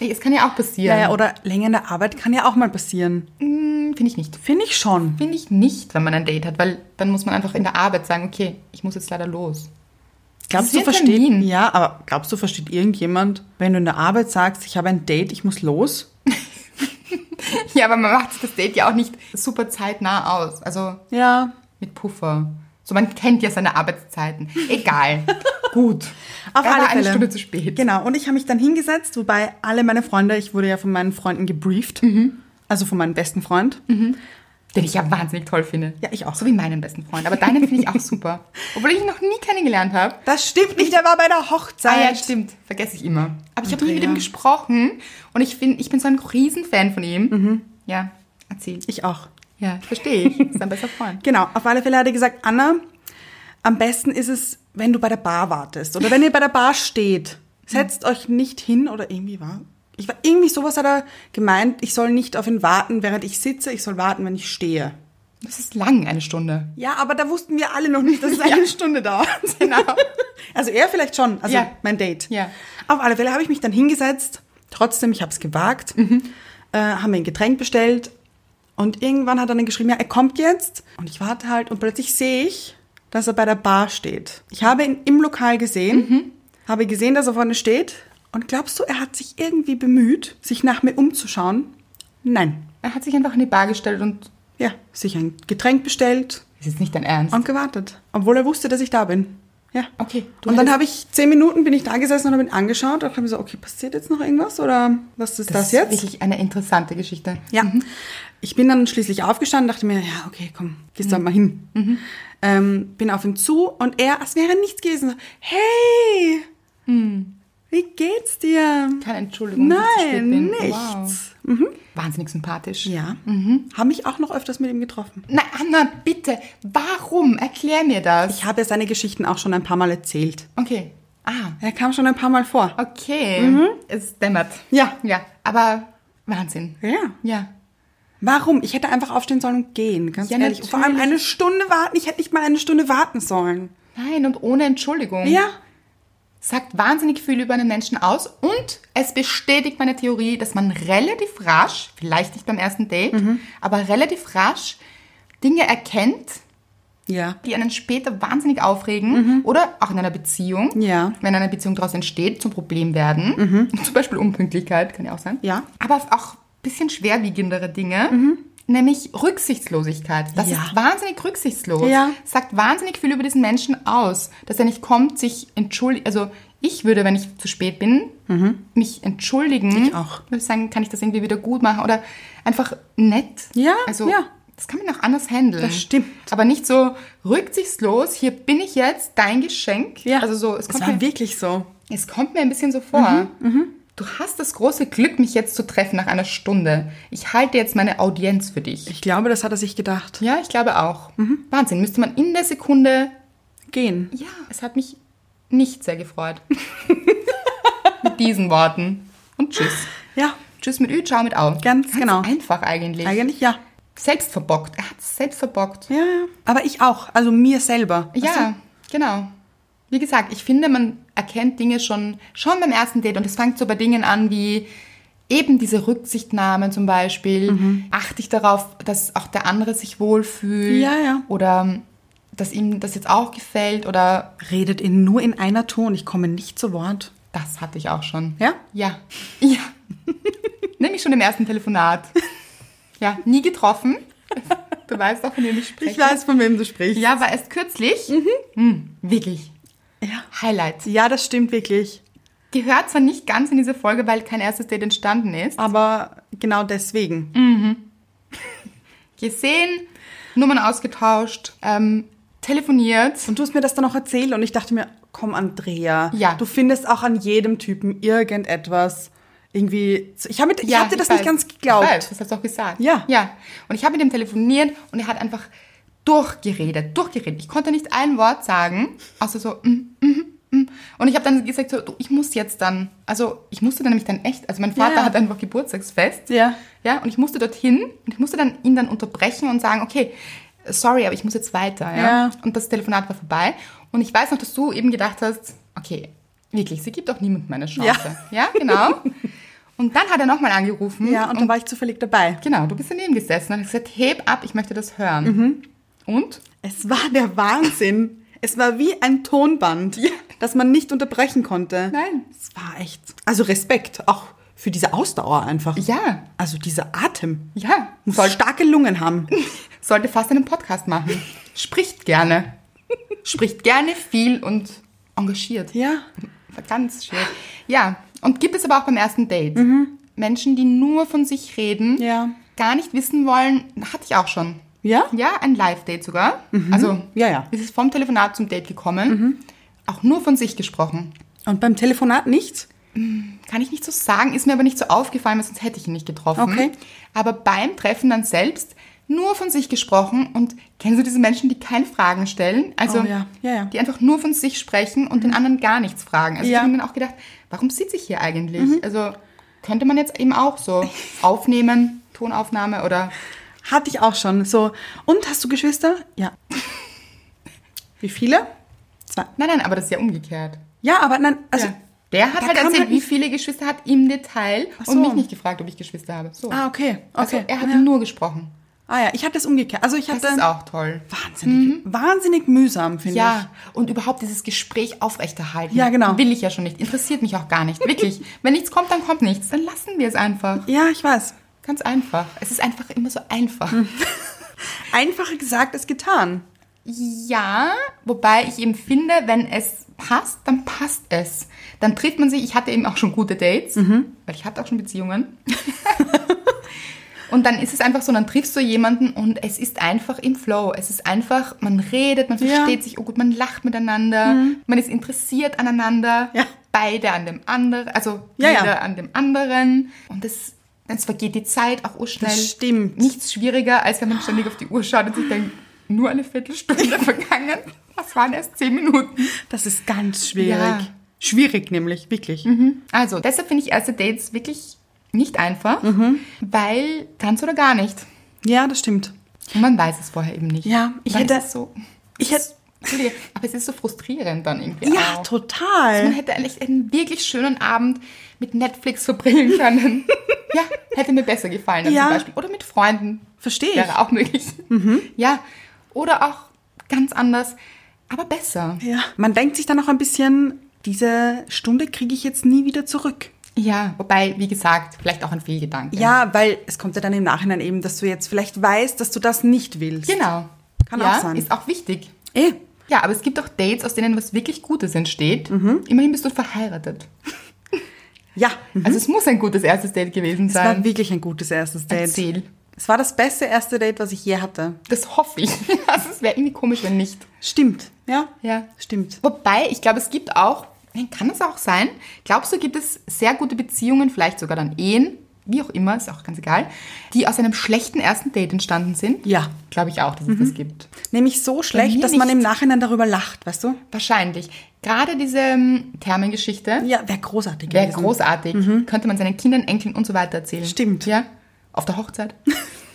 Nee, es kann ja auch ja, passieren. ja. Oder länger in der Arbeit kann ja auch mal passieren. Hm, Finde ich nicht. Finde ich schon. Finde ich nicht, wenn man ein Date hat, weil dann muss man einfach in der Arbeit sagen, okay, ich muss jetzt leider los. Glaubst Das du, ist wie ein versteht, Termin. ja, aber glaubst du, versteht irgendjemand, wenn du in der Arbeit sagst, ich habe ein Date, ich muss los? Ja, aber man macht das Date ja auch nicht super zeitnah aus. Also Ja. mit Puffer. So, man kennt ja seine Arbeitszeiten. Egal. Gut. Auf er alle war eine Fälle. Stunde zu spät. Genau, und ich habe mich dann hingesetzt, wobei alle meine Freunde, ich wurde ja von meinen Freunden gebrieft, also von meinem besten Freund. Den ich ja wahnsinnig toll finde. Ja, ich auch. So wie meinen besten Freund. Aber deinen finde ich auch super. Obwohl ich ihn noch nie kennengelernt habe. Das stimmt nicht, der war bei der Hochzeit. stimmt. Vergesse ich immer. Aber ich habe nie mit Andrea. ihm gesprochen. Und ich, find, ich bin so ein Riesenfan von ihm. Ja, erzähl. Ich auch. Mhm. Ja, verstehe ich. Ist ein bester Freund. Genau, auf alle Fälle hat er gesagt, Anna, am besten ist es, wenn du bei der Bar wartest oder wenn ihr bei der Bar steht, setzt euch nicht hin oder irgendwie war. Ich war irgendwie sowas hat er gemeint, ich soll nicht auf ihn warten, während ich sitze, ich soll warten, wenn ich stehe. Das ist lang, eine Stunde. Ja, aber da wussten wir alle noch nicht, dass es eine Stunde dauert. Genau. Also er vielleicht schon, also Ja. mein Date. Ja. Auf alle Fälle habe ich mich dann hingesetzt. Trotzdem, ich habe es gewagt. Mhm. Äh, haben mir ein Getränk bestellt. Und irgendwann hat er dann geschrieben, ja, er kommt jetzt. Und ich warte halt und plötzlich sehe ich, dass er bei der Bar steht. Ich habe ihn im Lokal gesehen, Mhm. habe gesehen, dass er vorne steht. Und glaubst du, er hat sich irgendwie bemüht, sich nach mir umzuschauen? Nein. Er hat sich einfach in die Bar gestellt und... Ja, sich ein Getränk bestellt, Das ist jetzt nicht dein Ernst. und gewartet, obwohl er wusste, dass ich da bin. Ja. Okay, du Und dann hättest- habe ich zehn Minuten bin ich da gesessen und habe ihn angeschaut und habe mir so, okay, passiert jetzt noch irgendwas oder was ist das, jetzt? ist wirklich Mhm. eine interessante Geschichte. ja. Ich bin dann schließlich aufgestanden, dachte mir, ja, okay, komm, gehst dann mal hin. Mhm. Ähm, bin auf ihn zu und er, als wäre nichts gewesen, so, hey, wie geht's dir? Hm. Keine Entschuldigung, dass ich zu spät Nein, bin. nichts. Wow. Wahnsinnig sympathisch. Ja, Mhm. habe mich auch noch öfters mit ihm getroffen. Na, Anna, bitte, warum? Erklär mir das. Ich habe ja seine Geschichten auch schon ein paar Mal erzählt. Okay. Ah, Er kam schon ein paar Mal vor. okay. Es dämmert. Mhm. Ja. Ja, aber Wahnsinn. Ja. Ja. Warum? Ich hätte einfach aufstehen sollen und gehen, ganz Ja, ehrlich. natürlich. Vor allem eine Stunde warten. Ich hätte nicht mal eine Stunde warten sollen. Nein, und ohne Entschuldigung. Ja. Sagt wahnsinnig viel über einen Menschen aus und es bestätigt meine Theorie, dass man relativ rasch, vielleicht nicht beim ersten Date, Mhm. aber relativ rasch Dinge erkennt, Ja. die einen später wahnsinnig aufregen oder auch in einer Beziehung, Mhm. Ja. Mhm. wenn eine Beziehung daraus entsteht, zum Problem werden. Zum Beispiel Unpünktlichkeit, kann ja auch sein. Ja. Mhm. Aber auch ein bisschen schwerwiegendere Dinge, nämlich Rücksichtslosigkeit. Das Ja. ist wahnsinnig rücksichtslos. Ja. Sagt wahnsinnig viel über diesen Menschen aus, dass er nicht kommt, sich entschuldigt. Also ich würde, wenn ich zu spät bin, mich entschuldigen. Mhm. Ich auch. Würde sagen, kann ich das irgendwie wieder gut machen oder einfach nett. Ja, Also ja. das kann man auch anders handeln. Das stimmt. Aber nicht so rücksichtslos, hier bin ich jetzt, dein Geschenk. Also so, es es kommt, war mir, wirklich Mhm, so. es kommt mir ein bisschen so vor. Du hast das große Glück, mich jetzt zu treffen nach einer Stunde. Ich halte jetzt meine Audienz für dich. Ich glaube, das hat er sich gedacht. Ja, ich glaube auch. Mhm. Wahnsinn, müsste man in der Sekunde. Gehen. Ja, es hat mich nicht sehr gefreut. Mit diesen Worten. Tschüss. Ja, Tschüss mit Ü, Ciao mit Au. Ganz genau. einfach eigentlich. eigentlich ja. Selbst verbockt. Er hat selbst verbockt. Ja, ja. Aber ich auch. Also mir selber. Weißt Ja, genau. Wie gesagt, ich finde, man erkennt Dinge schon, schon beim ersten Date und es fängt so bei Dingen an wie eben diese Rücksichtnahme zum Beispiel. Mhm. Achte ich darauf, dass auch der andere sich wohlfühlt Ja, ja. oder dass ihm das jetzt auch gefällt oder du? Redet in, nur in einer Ton. Ich komme nicht zu Wort. das hatte ich auch schon. Ja? Ja. Ja. Nämlich schon im ersten Telefonat. Ja, nie getroffen. Du weißt auch, von wem ich spreche. Ich weiß, von wem du sprichst. Ja, war erst kürzlich. Hm, wirklich. Ja. Highlight. Ja, das stimmt wirklich. Gehört zwar nicht ganz in diese Folge, weil kein erstes Date entstanden ist. Aber genau deswegen. Gesehen, Nummern ausgetauscht, ähm, telefoniert. Und du hast mir das dann auch erzählt und ich dachte mir, komm Andrea, Ja. du findest auch an jedem Typen irgendetwas irgendwie. zu- Ich habe mit- ich Ja, hab dir das weiß. nicht ganz Ich weiß, geglaubt. das hast du auch gesagt. Ja. Ja. Und ich habe mit ihm telefoniert und er hat einfach durchgeredet, durchgeredet. Ich konnte nicht ein Wort sagen, außer so, mm, mm, mm. Und ich habe dann gesagt, so, du, ich muss jetzt dann, also ich musste dann nämlich dann echt, also mein Vater Ja, ja. hat einfach Geburtstagsfest. Ja. Ja, und ich musste dorthin und ich musste dann ihn dann unterbrechen und sagen, okay, sorry, aber ich muss jetzt weiter. Ja. Ja. Und das Telefonat war vorbei. Und ich weiß noch, dass du eben gedacht hast, okay, wirklich, sie gibt doch niemandem meine Chance. Ja, genau. Und dann hat er nochmal angerufen. Ja, und da war ich zufällig dabei. genau, du bist daneben gesessen und hast gesagt, heb ab, ich möchte das hören. Mhm. Und? Es war der Wahnsinn. Es war wie ein Tonband, das man nicht unterbrechen konnte. Nein. Es war echt. Also Respekt auch für diese Ausdauer einfach. Ja, Also dieser Atem. ja. Muss Soll, starke Lungen haben. sollte fast einen Podcast machen. Spricht gerne. Spricht gerne viel und engagiert. Ja. War Ganz schwierig. Ja, und gibt es aber auch beim ersten Date. Menschen, die nur von sich reden, Mhm. Ja. gar nicht wissen wollen, hatte ich auch schon. Ja? Mhm. Ja, ein Live-Date sogar. Also, Ja, ja. Mhm. es ist vom Telefonat zum Date gekommen. Auch nur von sich gesprochen. Und beim Telefonat nicht? Kann ich nicht so sagen, ist mir aber nicht so aufgefallen, weil sonst hätte ich ihn nicht getroffen. Okay. Aber beim Treffen dann selbst nur von sich gesprochen und kennst du diese Menschen, die keine Fragen stellen? Also Oh ja, ja, ja. die einfach nur von sich sprechen und den anderen gar nichts fragen. Also ich Ja. Mhm. habe mir dann auch gedacht, warum sitze ich hier eigentlich? Also könnte man jetzt eben auch so aufnehmen, Tonaufnahme oder Hatte ich auch schon. So, und hast du Geschwister? Ja. Wie viele? Zwei. nein, nein, aber das ist ja umgekehrt. Ja, aber nein, also. Ja. Der hat da halt kann erzählt, man wie nicht- viele Geschwister hat im Detail Ach so. und mich nicht gefragt, ob ich Geschwister habe. So. Ah, okay. okay. Also er hat ja. nur gesprochen. ah ja, ich hatte es umgekehrt. Also ich Das hatte ist auch toll. wahnsinnig, wahnsinnig mühsam, finde Ja, und überhaupt dieses Gespräch aufrechterhalten. Ja, genau. Will ich ja schon nicht. Interessiert mich auch gar nicht. Wirklich. Wenn nichts kommt, dann kommt nichts. Dann lassen wir es einfach. ich. Ja, ich weiß. Ganz einfach. Es ist einfach immer so einfach. Mhm. Einfacher gesagt als getan. Ja, wobei ich eben finde, wenn es passt, dann passt es. Dann trifft man sich. Ich hatte eben auch schon gute Dates, Mhm. weil ich hatte auch schon Beziehungen. und dann ist es einfach so, dann triffst du jemanden und es ist einfach im Flow. Es ist einfach, man redet, man Ja. Mhm. versteht sich, oh gut, man lacht miteinander, man ist interessiert aneinander, Ja. beide an dem anderen, also Ja, ja. jeder an dem anderen. Und das, es vergeht die Zeit auch urschnell. Das stimmt. Nichts schwieriger, als wenn man ständig auf die Uhr schaut und sich denkt, nur eine Viertelstunde vergangen. Das waren erst zehn Minuten. Das ist ganz schwierig. Ja. Schwierig nämlich, wirklich. Also, deshalb finde ich erste Dates wirklich nicht einfach, Mhm. weil ganz oder gar nicht. Ja, das stimmt. Und man weiß es vorher eben nicht. Ja, ich Weil hätte- es ist so. Ich hätte. Entschuldige, aber es ist so frustrierend dann irgendwie. Ja, auch. Man total. hätte eigentlich einen wirklich schönen Abend mit Netflix verbringen können. ja, hätte mir besser gefallen dann Ja. zum Beispiel. Oder mit Freunden. Verstehe ich. Wäre auch möglich. Mhm. Ja, oder auch ganz anders, aber besser. Ja. Man denkt sich dann auch ein bisschen, diese Stunde kriege ich jetzt nie wieder zurück. Ja, wobei, wie gesagt, vielleicht auch ein Fehlgedanke. Ja, weil es kommt ja dann im Nachhinein eben, dass du jetzt vielleicht weißt, dass du das nicht willst. Genau. Kann ja, auch sein. Ist auch wichtig. Eh. Ja, aber es gibt auch Dates, aus denen was wirklich Gutes entsteht. Mhm. Immerhin bist du verheiratet. Ja, mhm. Also es muss ein gutes erstes Date gewesen es war sein. wirklich ein gutes erstes Date. Erzähl. Es war das beste erste Date, was ich je hatte. Das hoffe ich. Also es wäre irgendwie komisch, wenn nicht. Stimmt, ja? Ja. Stimmt. Wobei, ich glaube, es gibt auch, kann es auch sein, glaubst du, gibt es sehr gute Beziehungen, vielleicht sogar dann Ehen, wie auch immer, ist auch ganz egal, die aus einem schlechten ersten Date entstanden sind. Ja. Glaube ich auch, dass Mhm. es das gibt. Nämlich so schlecht, mir dass man nicht. im Nachhinein darüber lacht, weißt du? Wahrscheinlich. Gerade diese ähm, Thermengeschichte Ja, wäre großartig wäre gewesen. großartig. Könnte man seinen Kindern, Enkeln und so weiter erzählen. Stimmt. Ja. Auf der Hochzeit.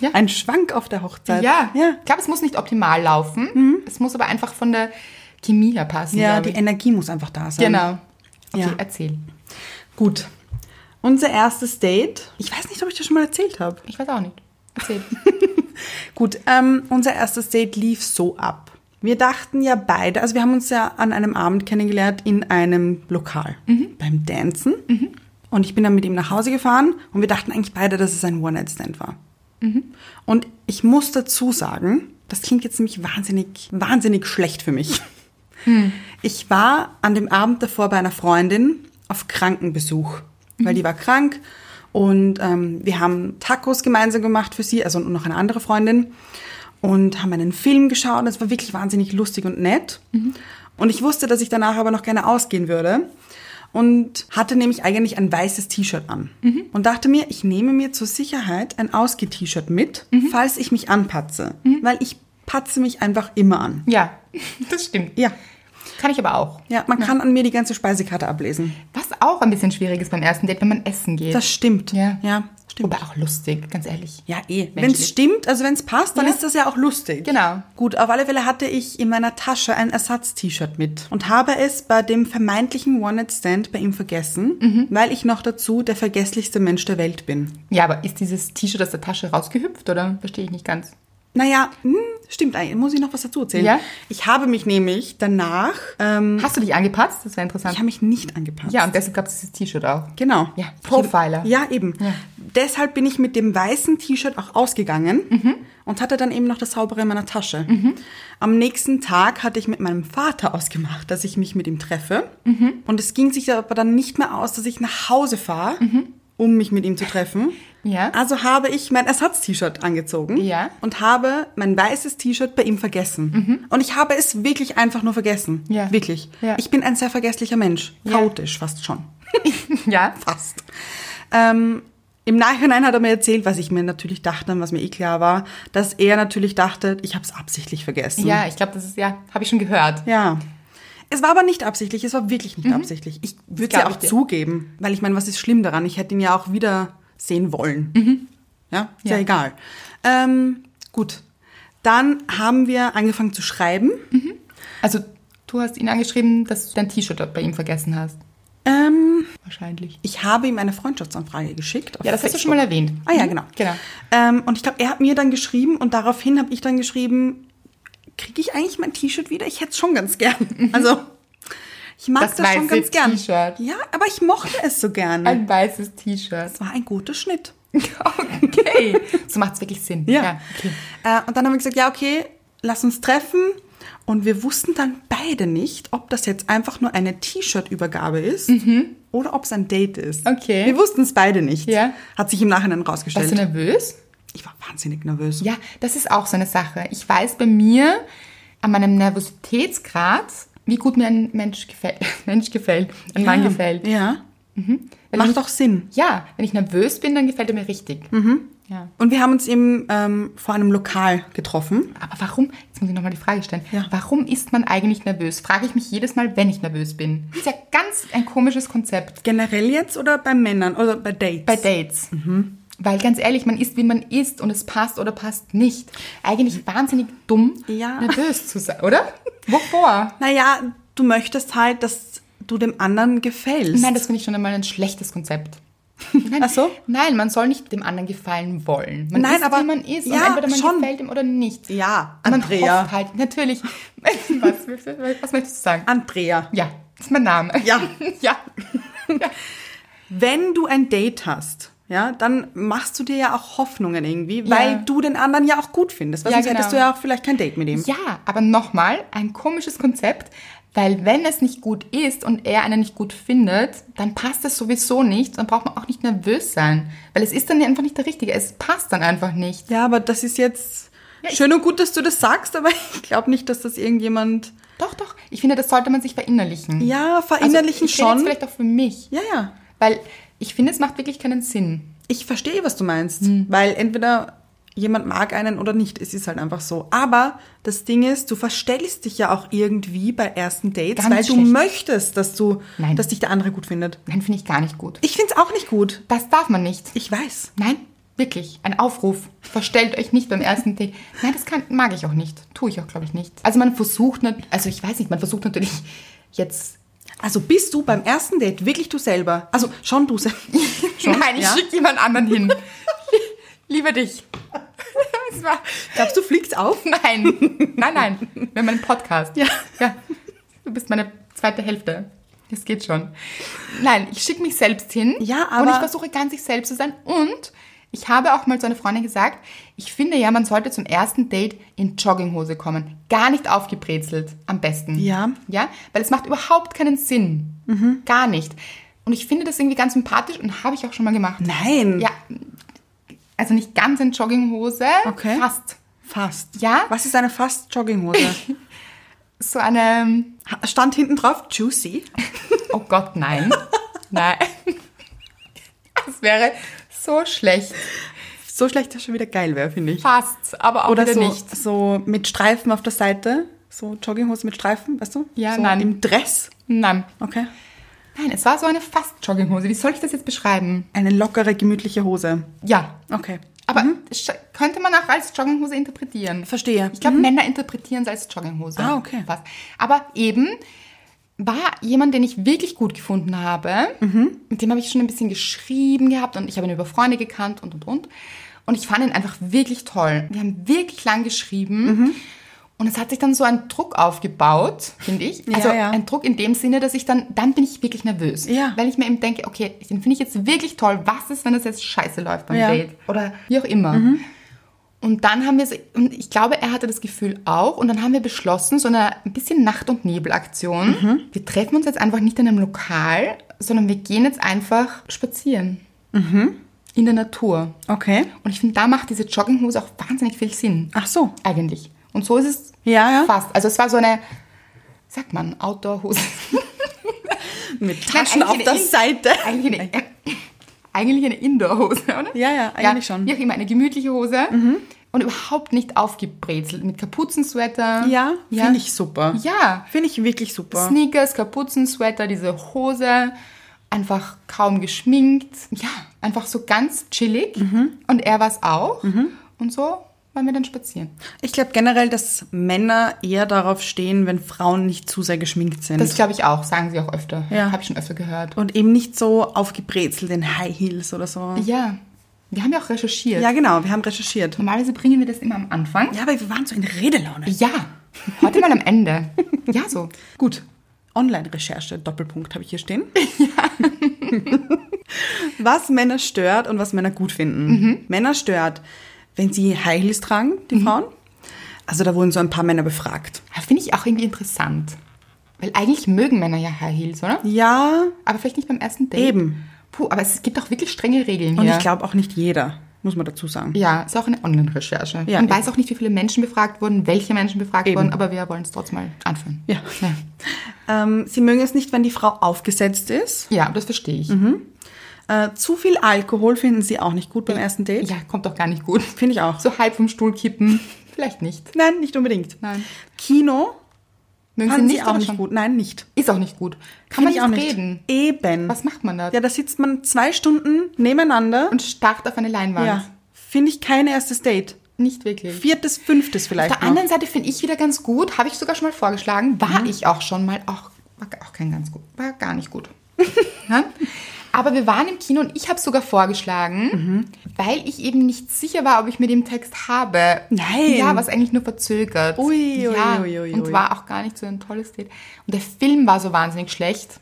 Ja. Ein Schwank auf der Hochzeit. Ja. Ja, Mhm. Ich glaube, es muss nicht optimal laufen. Es muss aber einfach von der Chemie her passen. ja glaub die ich. Energie muss einfach da sein. Genau. Okay, Ja. erzähl. Gut. Unser erstes Date. Ich weiß nicht, ob ich das schon mal erzählt habe. Ich weiß auch nicht. Erzähl. Gut, ähm, unser erstes Date lief so ab. Wir dachten ja beide, also wir haben uns ja an einem Abend kennengelernt in einem Lokal beim Dancen. Und ich bin dann mit ihm nach Hause gefahren und wir dachten eigentlich beide, dass es ein One-Night-Stand war. Und ich muss dazu sagen, das klingt jetzt nämlich wahnsinnig, wahnsinnig schlecht für mich. Ich war an dem Abend davor bei einer Freundin auf Krankenbesuch, weil die war krank und ähm, wir haben Tacos gemeinsam gemacht für sie, also und noch eine andere Freundin und haben einen Film geschaut. Es war wirklich wahnsinnig lustig und nett. Und ich wusste, dass ich danach aber noch gerne ausgehen würde und hatte nämlich eigentlich ein weißes T-Shirt an und dachte mir, ich nehme mir zur Sicherheit ein Ausge-T-Shirt mit, falls ich mich anpatze, weil ich patze mich einfach immer an. ja, das stimmt. Ja. Kann ich aber auch. Ja, man kann an mir die ganze Speisekarte ablesen. Was auch ein bisschen schwierig ist beim ersten Date, wenn man essen geht. Das stimmt. Ja. ja stimmt. Wobei auch lustig, ganz ehrlich. Ja, eh. Wenn Menschlich. es stimmt, also wenn es passt, dann Ja. ist das ja auch lustig. Genau. Gut, auf alle Fälle hatte ich in meiner Tasche ein Ersatz-T-Shirt mit und habe es bei dem vermeintlichen One-Night-Stand bei ihm vergessen, Mhm. weil ich noch dazu der vergesslichste Mensch der Welt bin. Ja, aber ist dieses T-Shirt aus der Tasche rausgehüpft oder? Verstehe ich nicht ganz. Naja, hm, stimmt eigentlich. Muss ich noch was dazu erzählen? Ja. Ich habe mich nämlich danach, ähm, Hast du dich angepasst? Das wäre ich interessant. habe mich nicht angepasst. Ja, und deshalb gab es dieses T-Shirt auch. Genau. Ja, Profiler. Ja, eben. Deshalb bin ich mit dem weißen T-Shirt auch ausgegangen Mhm. und hatte dann eben noch das saubere in meiner Tasche. Am nächsten Tag hatte ich mit meinem Vater ausgemacht, dass ich mich mit ihm treffe. Mhm. Und es ging sich aber dann nicht mehr aus, dass ich nach Hause fahre, um mich mit ihm zu treffen. Mhm. Ja. Also habe ich mein Ersatz-T-Shirt angezogen Ja. Mhm. und habe mein weißes T-Shirt bei ihm vergessen. Und ich habe es wirklich einfach nur vergessen. Ja. Wirklich. Ja. Ich bin ein sehr vergesslicher Mensch. Chaotisch fast schon. Ja. Fast. Ähm, Im Nachhinein hat er mir erzählt, was ich mir natürlich dachte und was mir eh klar war, dass er natürlich dachte, ich habe es absichtlich vergessen. Ja, ich glaube, das ist, ja, habe ich schon gehört. Ja. Es war aber nicht absichtlich, es war wirklich nicht absichtlich. Ich würde Mhm. es glaub ja ich auch dir. zugeben, weil ich meine, was ist schlimm daran? Ich hätte ihn ja auch wieder sehen wollen. Ja, Mhm. ist ja, Ja. egal. Ähm, gut. Dann haben wir angefangen zu schreiben. Also, du hast ihn angeschrieben, dass du dein T-Shirt bei ihm vergessen hast. Ähm, Wahrscheinlich. ich habe ihm eine Freundschaftsanfrage geschickt. auf Ja, das hast du Facebook. schon mal erwähnt. Ah ja, genau. Genau. Ähm, und ich glaube, er hat mir dann geschrieben und daraufhin habe ich dann geschrieben, kriege ich eigentlich mein T-Shirt wieder? Ich hätte es schon ganz gern. Also ich mag Mhm. Das das, schon weiße ganz gern. T-Shirt. Ja, aber ich mochte es so gerne. Ein weißes T-Shirt. es war ein guter Schnitt. Okay. so macht es wirklich Sinn. okay. Äh, und dann haben wir gesagt, ja, okay, lass uns treffen. Und wir wussten dann beide nicht, ob das jetzt einfach nur eine T-Shirt-Übergabe ist oder ob es ein Date ist. Mhm. Okay. Wir wussten es beide nicht. Ja. Hat sich im Nachhinein Warst du rausgestellt. nervös? Ich war wahnsinnig nervös. Ja, das ist auch so eine Sache. Ich weiß bei mir an meinem Nervositätsgrad, wie gut mir ein Mensch gefällt. Mensch gefällt, ein Mann ja. gefällt. Mhm. Ja. Wenn ich, Macht doch Sinn. Ja, wenn ich nervös bin, dann gefällt er mir richtig. Mhm. Ja. Und wir haben uns eben ähm, vor einem Lokal getroffen. Aber warum, jetzt muss ich nochmal die Frage stellen, Ja. warum ist man eigentlich nervös? Frage ich mich jedes Mal, wenn ich nervös bin. Ist ja ganz ein komisches Konzept. Generell jetzt oder bei Männern oder bei Dates? Bei Dates. Mhm. Weil ganz ehrlich, man ist, wie man ist und es passt oder passt nicht. Eigentlich wahnsinnig dumm, Ja. nervös zu sein, oder? Wovor? Naja, du möchtest halt, dass du dem anderen gefällst. Nein, das finde ich schon einmal ein schlechtes Konzept. Nein, Ach so? Nein, man soll nicht dem anderen gefallen wollen. Man Nein, ist, aber- wie man ist und ja, entweder man schon. gefällt ihm oder nicht. ja, Und man Andrea. hofft halt, natürlich. was, willst du- was möchtest du sagen? Andrea. Ja, das ist mein Name. Ah. Ja. ja. Wenn du ein Date hast, ja, dann machst du dir ja auch Hoffnungen irgendwie, Ja. weil du den anderen ja auch gut findest. Weil Ja, sonst hättest du genau. ja auch vielleicht kein Date mit ihm. Ja, aber nochmal, ein komisches Konzept, weil wenn es nicht gut ist und er einen nicht gut findet, dann passt es sowieso nicht, dann braucht man auch nicht nervös sein, weil es ist dann einfach nicht der Richtige, es passt dann einfach nicht. Ja, aber das ist jetzt schön und gut, dass du das sagst, aber ich glaube nicht, dass das irgendjemand. Doch, doch, ich finde, das sollte man sich verinnerlichen. Ja, Also, verinnerlichen ich rede jetzt schon. vielleicht auch für mich. Ja, ja. Weil ich finde, es macht wirklich keinen Sinn. ich verstehe, was du meinst, Hm. weil entweder jemand mag einen oder nicht, es ist halt einfach so. Aber das Ding ist, du verstellst dich ja auch irgendwie bei ersten Dates, Ganz weil du schlecht. möchtest, dass du, Nein. dass dich der andere gut findet. Nein, finde ich gar nicht gut. Ich find's auch nicht gut. Das darf man nicht. Ich weiß. Nein, wirklich. Ein Aufruf. Verstellt euch nicht beim ersten Date. Nein, das kann, mag ich auch nicht. Tue ich auch, glaube ich, nicht. Also man versucht, nat- also ich weiß nicht, man versucht natürlich jetzt Also bist du beim ersten Date wirklich du selber? Also schon du selber. Nein, ich ja? schicke jemand anderen hin. Lieber dich. Das war, Glaubst du, fliegst auf? nein, nein, nein. Wir haben einen Podcast. Ja. ja. Du bist meine zweite Hälfte. Das geht schon. Nein, ich schicke mich selbst hin. Ja, Und ich aber- versuche ganz ich selbst zu sein. Und ich habe auch mal zu einer Freundin gesagt, ich finde ja, man sollte zum ersten Date in Jogginghose kommen. Gar nicht aufgebrezelt, am besten. Ja. Mhm. Ja, weil es macht überhaupt keinen Sinn. Gar nicht. Und ich finde das irgendwie ganz sympathisch und habe ich auch schon mal Mhm. gemacht. Nein. Ja, also nicht ganz in Jogginghose, Okay. fast. Fast. Ja? Was ist eine Fast-Jogginghose? So eine, Ha- Stand hinten drauf, juicy. oh Gott, nein. nein. Das wäre so schlecht. So schlecht, dass schon wieder geil wäre, finde ich. Fast, aber auch Oder wieder so, nicht. so mit Streifen auf der Seite. So Jogginghose mit Streifen, weißt du? Ja, so nein. Im Dress. Nein. Okay. Nein, es war so eine Fast-Jogginghose. Wie soll ich das jetzt beschreiben? Eine lockere, gemütliche Hose. Ja. Okay. Aber Mhm. sch- könnte man auch als Jogginghose interpretieren. Verstehe. Ich glaube, Männer interpretieren es als Jogginghose. Mhm. Ah, okay. Was. Aber eben war jemand, den ich wirklich gut gefunden habe. Mhm. Mit dem habe ich schon ein bisschen geschrieben gehabt und ich habe ihn über Freunde gekannt und, und, und. Und ich fand ihn einfach wirklich toll. Wir haben wirklich lang geschrieben. Mhm. Und es hat sich dann so ein Druck aufgebaut, finde ich. Also ja. ein Druck in dem Sinne, dass ich dann, dann bin ich wirklich nervös. Ja. Weil ich mir eben denke, okay, den finde ich jetzt wirklich toll. Was ist, wenn das jetzt scheiße läuft beim Ja. Mhm. Date? Oder wie auch immer. Und dann haben wir, se- und ich glaube, er hatte das Gefühl auch, und dann haben wir beschlossen, so eine ein bisschen Nacht- und Nebelaktion. Mhm. Wir treffen uns jetzt einfach nicht in einem Lokal, sondern wir gehen jetzt einfach spazieren. Mhm. In der Natur. Okay. Und ich finde, da macht diese Jogginghose auch wahnsinnig viel Sinn. Ach so. Eigentlich. Und so ist es Ja, ja. fast. Also es war so eine, sagt man, Outdoor-Hose. Mit Nein, Taschen auf eigentlich der eine In- Seite. Eigentlich eine, eigentlich eine Indoor-Hose, oder? Ja, ja, eigentlich schon. Mhm. Wie auch immer, eine gemütliche Hose. Und überhaupt nicht aufgebrezelt. Mit Kapuzensweater. Ja, finde ich super. Ja. Finde ich wirklich super. Sneakers, Kapuzensweater, diese Hose. Einfach kaum geschminkt. Ja, einfach so ganz chillig. Mhm. Und er war es auch. Und so waren wir dann spazieren. Ich glaube generell, dass Männer eher darauf stehen, wenn Frauen nicht zu sehr geschminkt sind. Das glaube ich auch, sagen sie auch öfter. Ja. Habe ich schon öfter gehört. und eben nicht so aufgebrezelt in High Heels oder so. Ja, wir haben ja auch recherchiert. Ja, genau, wir haben recherchiert. Normalerweise bringen wir das immer am Anfang. Ja, aber wir waren so in Redelaune. Ja, heute mal am Ende. Ja, so. Gut. Online-Recherche, Doppelpunkt habe ich hier stehen. was Männer stört und was Männer gut finden. Männer stört, wenn sie High Heels tragen, die Frauen. Also da wurden so ein paar Männer befragt. Das Finde ich auch irgendwie interessant. Weil eigentlich mögen Männer ja High Heels, oder? Ja, Aber vielleicht nicht beim ersten Date. Eben. Puh, aber es gibt auch wirklich strenge Regeln und hier. ich glaube auch nicht jeder, muss man dazu sagen. ja, ist auch eine Online-Recherche. Ja, Man eben. weiß auch nicht, wie viele Menschen befragt wurden, welche Menschen befragt Eben. wurden, aber wir wollen es trotzdem mal anführen. Ja. Ähm, sie mögen es nicht, wenn die Frau aufgesetzt ist. Ja, das verstehe ich. Mhm. Äh, zu viel Alkohol finden sie auch nicht gut beim ersten Date. Ja, kommt doch gar nicht gut. Finde ich auch. So halb vom Stuhl kippen, vielleicht nicht. Nein, nicht unbedingt. Nein. Kino Mögen fanden sie auch aber nicht schon- gut. Nein, nicht. Ist auch nicht gut. Kann Finde ich man nicht reden. Eben. Was macht man da? Ja, da sitzt man zwei Stunden nebeneinander. Und starrt auf eine Leinwand. ja, finde ich kein erstes Date. Nicht wirklich. Viertes, fünftes vielleicht Auf der noch. anderen Seite finde ich wieder ganz gut, habe ich sogar schon mal vorgeschlagen, Mhm. war ich auch schon mal, auch, war auch kein ganz gut, war gar nicht gut. ja? Aber wir waren im Kino und ich habe es sogar vorgeschlagen, Mhm. weil ich eben nicht sicher war, ob ich mir den Text habe. Nein. Ja, was eigentlich nur verzögert. Ui, ui, ja, ui, ui, und ui. war auch gar nicht so ein tolles Date. Und der Film war so wahnsinnig schlecht.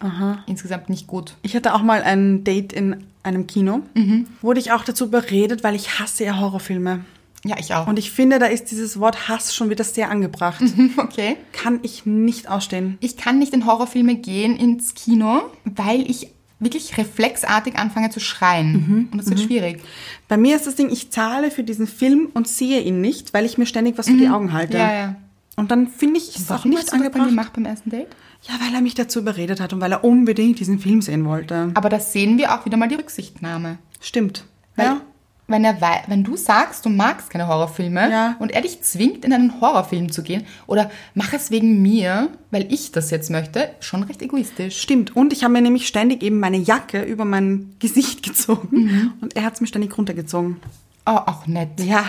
Insgesamt nicht gut. Ich hatte auch mal ein Date in einem Kino. Mhm. Wurde ich auch dazu überredet, weil ich hasse ja Horrorfilme. Ja, ich auch. Und ich finde, da ist dieses Wort Hass schon wieder sehr angebracht. okay. Kann ich nicht ausstehen. ich kann nicht in Horrorfilme gehen ins Kino, weil ich wirklich reflexartig anfange zu schreien. Und das wird schwierig. Bei mir Mhm, ist das Ding, ich zahle für diesen Film und sehe ihn nicht, weil ich mir ständig was für die Augen halte. Mhm. Ja, ja. Und dann finde ich es auch nicht das bei mir angebracht. gemacht beim ersten Date? Ja, weil er mich dazu überredet hat und weil er unbedingt diesen Film sehen wollte. Aber das sehen wir auch wieder mal die Rücksichtnahme. Stimmt. Weil Ja. wenn, er wei- wenn du sagst, du magst keine Horrorfilme Ja. und er dich zwingt, in einen Horrorfilm zu gehen oder mach es wegen mir, weil ich das jetzt möchte, schon recht egoistisch. Stimmt. Und ich habe mir nämlich ständig eben meine Jacke über mein Gesicht gezogen Mhm. und er hat es mir ständig runtergezogen. Oh, auch nett. Ja.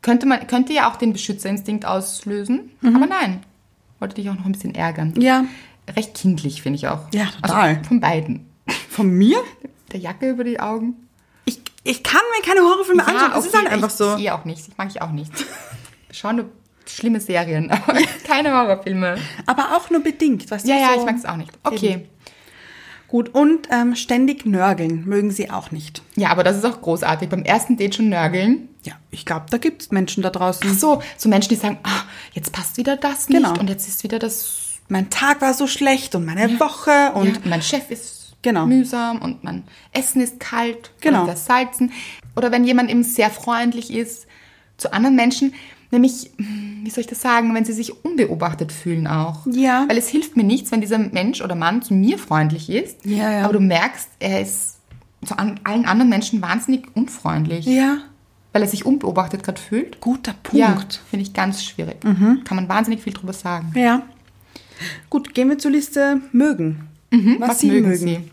Könnte, man, könnte ja auch den Beschützerinstinkt auslösen, aber nein. Wollte dich auch noch ein bisschen ärgern. Mhm. Ja. Recht kindlich, finde ich auch. Also Ja, total. von beiden. Von mir? Der Jacke über die Augen. Ich, ich kann mir keine Horrorfilme anschauen. Das ist okay, halt einfach ich, so. Ich eh auch nicht. Ich mag ich auch nicht. Schau nur schlimme Serien, aber keine Horrorfilme. Also, Aber auch nur bedingt, weißt Ja, du? ja, so. ich mag es auch nicht. Okay. Gut, und ähm, ständig nörgeln mögen sie auch nicht. Ja, aber das ist auch großartig. Beim ersten Date schon nörgeln. Ja, ich glaube, da gibt es Menschen da draußen. Ach so, so Menschen, die sagen, ah, jetzt passt wieder das nicht Genau. und jetzt ist wieder das. Mein Tag war so schlecht und meine Woche und ja, mein Chef ist Genau. mühsam und mein Essen ist kalt Genau. und das Salzen. Oder wenn jemand eben sehr freundlich ist zu anderen Menschen, nämlich, hm, wie soll ich das sagen, wenn sie sich unbeobachtet fühlen auch. Ja. Weil es hilft mir nichts, wenn dieser Mensch oder Mann zu mir freundlich ist, Ja, ja. aber du merkst, er ist zu an, allen anderen Menschen wahnsinnig unfreundlich. ja, Weil er sich unbeobachtet gerade fühlt. guter Ja, Punkt. Mhm. finde ich ganz schwierig. Kann man wahnsinnig viel drüber sagen. Ja. Gut, gehen wir zur Liste mögen. Mhm. was, sie mögen. Mhm.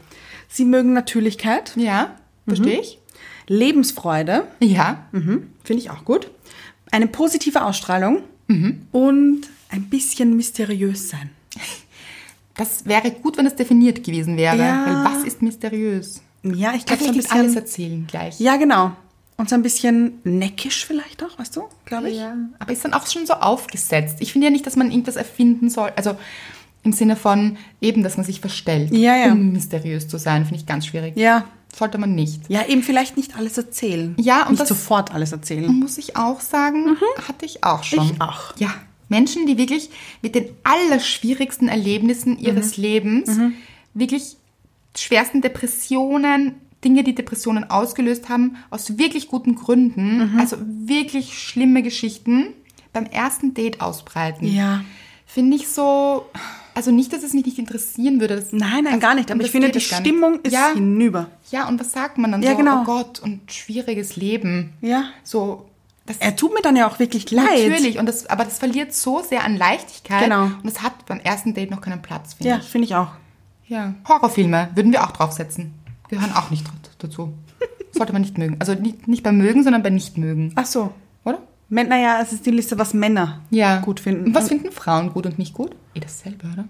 Sie? mögen Natürlichkeit, Ja, verstehe ich. Lebensfreude, Ja, Mhm. finde ich auch gut, eine positive Ausstrahlung und ein bisschen mysteriös sein. das wäre gut, wenn es definiert gewesen wäre. Ja. Weil was ist mysteriös? Ja, ich Kann glaube, so ich ein nicht bisschen. alles erzählen gleich. ja, genau. Und so ein bisschen neckisch vielleicht auch, weißt du, glaube ich. Aber ist dann auch schon so aufgesetzt. Ich finde ja nicht, dass man irgendwas erfinden soll. Also im Sinne von eben, dass man sich verstellt, Ja, ja. um mysteriös zu sein, finde ich ganz schwierig. Ja. Sollte man nicht. Ja, eben vielleicht nicht alles erzählen. Ja, und nicht das- sofort alles erzählen. Muss ich auch sagen, hatte ich auch schon. Mhm. Ich auch. Ja, Menschen, die wirklich mit den allerschwierigsten Erlebnissen Mhm. ihres Lebens, wirklich schwersten Depressionen, Dinge, die Depressionen ausgelöst haben, aus wirklich guten Gründen, Mhm. also wirklich schlimme Geschichten, beim ersten Date ausbreiten. Ja. Finde ich so, also nicht, dass es mich nicht interessieren würde. Das, Nein, nein, also gar nicht. Aber um ich das finde, geht die es gar nicht. Stimmung ist ja, hinüber. ja, und was sagt man dann Ja, so? genau. Oh Gott, und schwieriges Leben. Ja. So, das Er tut mir dann ja auch wirklich leid. Natürlich, und das, aber das verliert so sehr an Leichtigkeit. Genau. Und es hat beim ersten Date noch keinen Platz, finde Ja, ich. finde ich auch. Ja. Horrorfilme würden wir auch draufsetzen. Gehören auch nicht dr- dazu. Sollte man nicht mögen. Also nicht, nicht beim Mögen, sondern bei Nicht-Mögen. Ach so. Oder? Män- Naja, es ist die Liste, was Männer Ja. gut finden. Und was finden Frauen gut und nicht gut? Eh dasselbe, oder?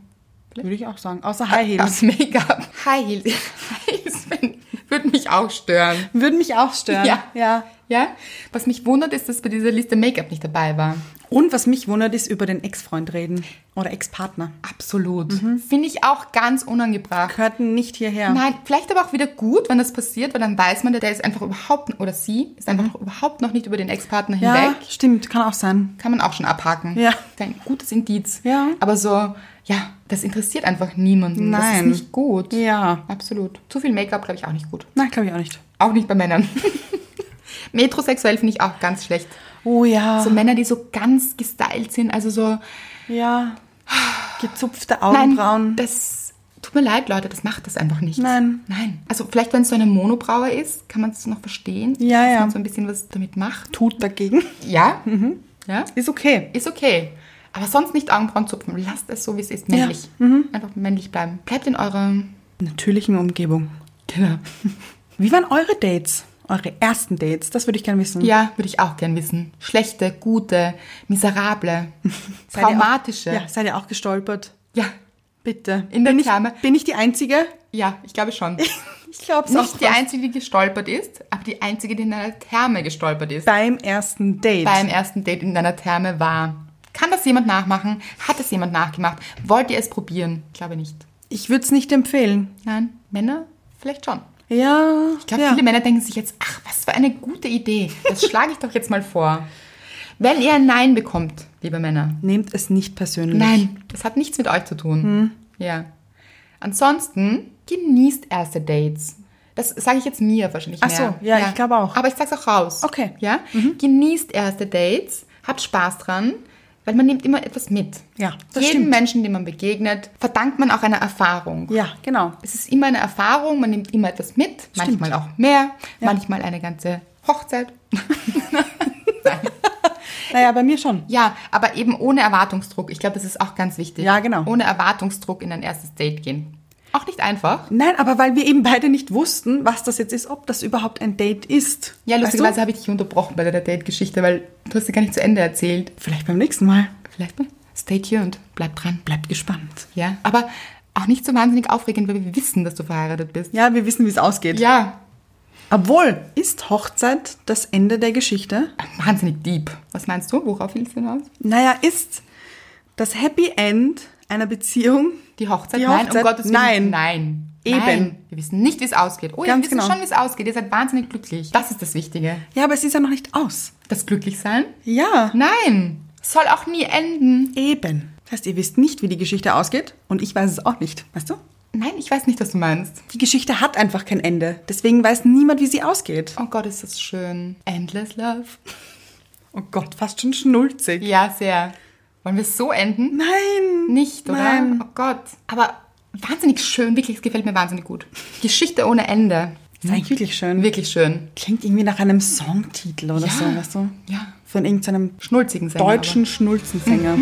Würde ich auch sagen. Außer High Heels. Das Make-up. High Heels. High Heels wenn- würden mich auch stören. Würden mich auch stören. Ja. ja. Ja? Was mich wundert, ist, dass bei dieser Liste Make-up nicht dabei war. Und was mich wundert, ist über den Ex-Freund reden. Oder Ex-Partner. Absolut. Mhm. Finde ich auch ganz unangebracht. Gehörten nicht hierher. Nein, vielleicht aber auch wieder gut, wenn das passiert, weil dann weiß man, der ist einfach überhaupt, oder sie ist einfach noch überhaupt noch nicht über den Ex-Partner Mhm. ja, hinweg. stimmt. Kann auch sein. Kann man auch schon abhaken. Ja. Ein gutes Indiz. Ja. Aber so, ja, das interessiert einfach niemanden. Das ist Nein. nicht gut. Ja. Absolut. Zu viel Make-up, glaube ich, auch nicht gut. Nein, glaube ich auch nicht. Auch nicht bei Männern. Metrosexuell finde ich auch ganz schlecht. Oh ja. So Männer, die so ganz gestylt sind, also so, ja. Gezupfte Nein, Augenbrauen. das tut mir leid, Leute, das macht das einfach nicht. Nein. Nein. Also vielleicht, wenn es so eine Monobraue ist, kann man es noch verstehen. Ja, dass ja. man so ein bisschen was damit macht. tut dagegen. Ja. Mhm. Ja. Ist okay. Ist okay. Aber sonst nicht Augenbrauen zupfen. Lasst es so, wie es ist. Ja. Mhm. Männlich. Einfach männlich bleiben. Bleibt in eurer... natürlichen Umgebung. Genau. Wie waren eure Dates? Eure ersten Dates? Das würde ich gerne wissen. Ja, würde ich auch gern wissen. Schlechte, gute, miserable, Seid ihr auch- traumatische. Ja, seid ihr auch gestolpert? ja. Bitte. In der bin Therme. Ich, bin ich die Einzige? Ja, ich glaube schon. Ich glaube es auch. Nicht die fast. einzige, die gestolpert ist, aber die einzige, die in einer Therme gestolpert ist. Beim ersten Date. beim ersten Date in deiner Therme war. Kann das jemand nachmachen? Hat es jemand nachgemacht? Wollt ihr es probieren? Ich glaube nicht. ich würde es nicht empfehlen. Nein, Männer? Vielleicht schon. Ja. Ich Ich glaube, viele Männer denken sich jetzt, ach, was für eine gute Idee. Das schlage ich doch jetzt mal vor. Wenn ihr ein Nein bekommt, liebe Männer. Nehmt es nicht persönlich. Nein, das hat nichts mit euch zu tun. Hm. Ja. Ansonsten genießt erste Dates. Das sage ich jetzt mir wahrscheinlich Ach mehr. so, ja, ich glaube auch. Mhm. Aber ich sag's auch raus. Okay. Ja? Genießt erste Dates, habt Spaß dran, Weil man nimmt immer etwas mit. Ja, das Jedem stimmt. Menschen, dem man begegnet, verdankt man auch einer Erfahrung. Ja, genau. Es ist immer eine Erfahrung, man nimmt immer etwas mit, manchmal auch mehr, manchmal eine ganze Hochzeit. Naja, bei mir schon. Ja, aber eben ohne Erwartungsdruck. Ich glaube, das ist auch ganz wichtig. Ja, genau. Ohne Erwartungsdruck in ein erstes Date gehen. Auch nicht einfach. Nein, aber weil wir eben beide nicht wussten, was das jetzt ist, ob das überhaupt ein Date ist. Ja, Weißt du? lustigerweise habe ich dich unterbrochen bei deiner Date-Geschichte, weil du hast sie gar nicht zu Ende erzählt. Vielleicht beim nächsten Mal. Vielleicht mal. Stay tuned. Bleib dran. Bleibt gespannt. Ja, aber auch nicht so wahnsinnig aufregend, weil wir wissen, dass du verheiratet bist. Ja, wir wissen, wie es ausgeht. Ja, Obwohl, ist Hochzeit das Ende der Geschichte? wahnsinnig deep. Was meinst du? Worauf willst du hinaus? Naja, ist das Happy End einer Beziehung Die Hochzeit? Die nein, um Hochzeit? Gottes Willen. Nein. Nein. Eben. Nein. Wir wissen nicht, wie es ausgeht. Oh, ja, wir Ganz wissen genau. schon, wie es ausgeht. Ihr seid wahnsinnig glücklich. Das ist das Wichtige. Ja, aber es ist ja noch nicht aus. Das Glücklichsein? Ja. Nein. Soll auch nie enden. Eben. Das heißt, ihr wisst nicht, wie die Geschichte ausgeht und ich weiß es auch nicht, weißt du? Nein, ich weiß nicht, was du meinst. Die Geschichte hat einfach kein Ende. Deswegen weiß niemand, wie sie ausgeht. Oh Gott, ist das schön. Endless Love. Oh Gott, fast schon schnulzig. Ja, sehr. Wollen wir es so enden? Nein. Nicht, oder? Nein. Oh Gott. Aber wahnsinnig schön, wirklich, es gefällt mir wahnsinnig gut. Geschichte ohne Ende. Ist eigentlich wirklich schön. Wirklich schön. Klingt irgendwie nach einem Songtitel oder Ja. so, weißt du? Ja. Von irgendeinem Schnulzigen Sänger. deutschen Schnulzensänger.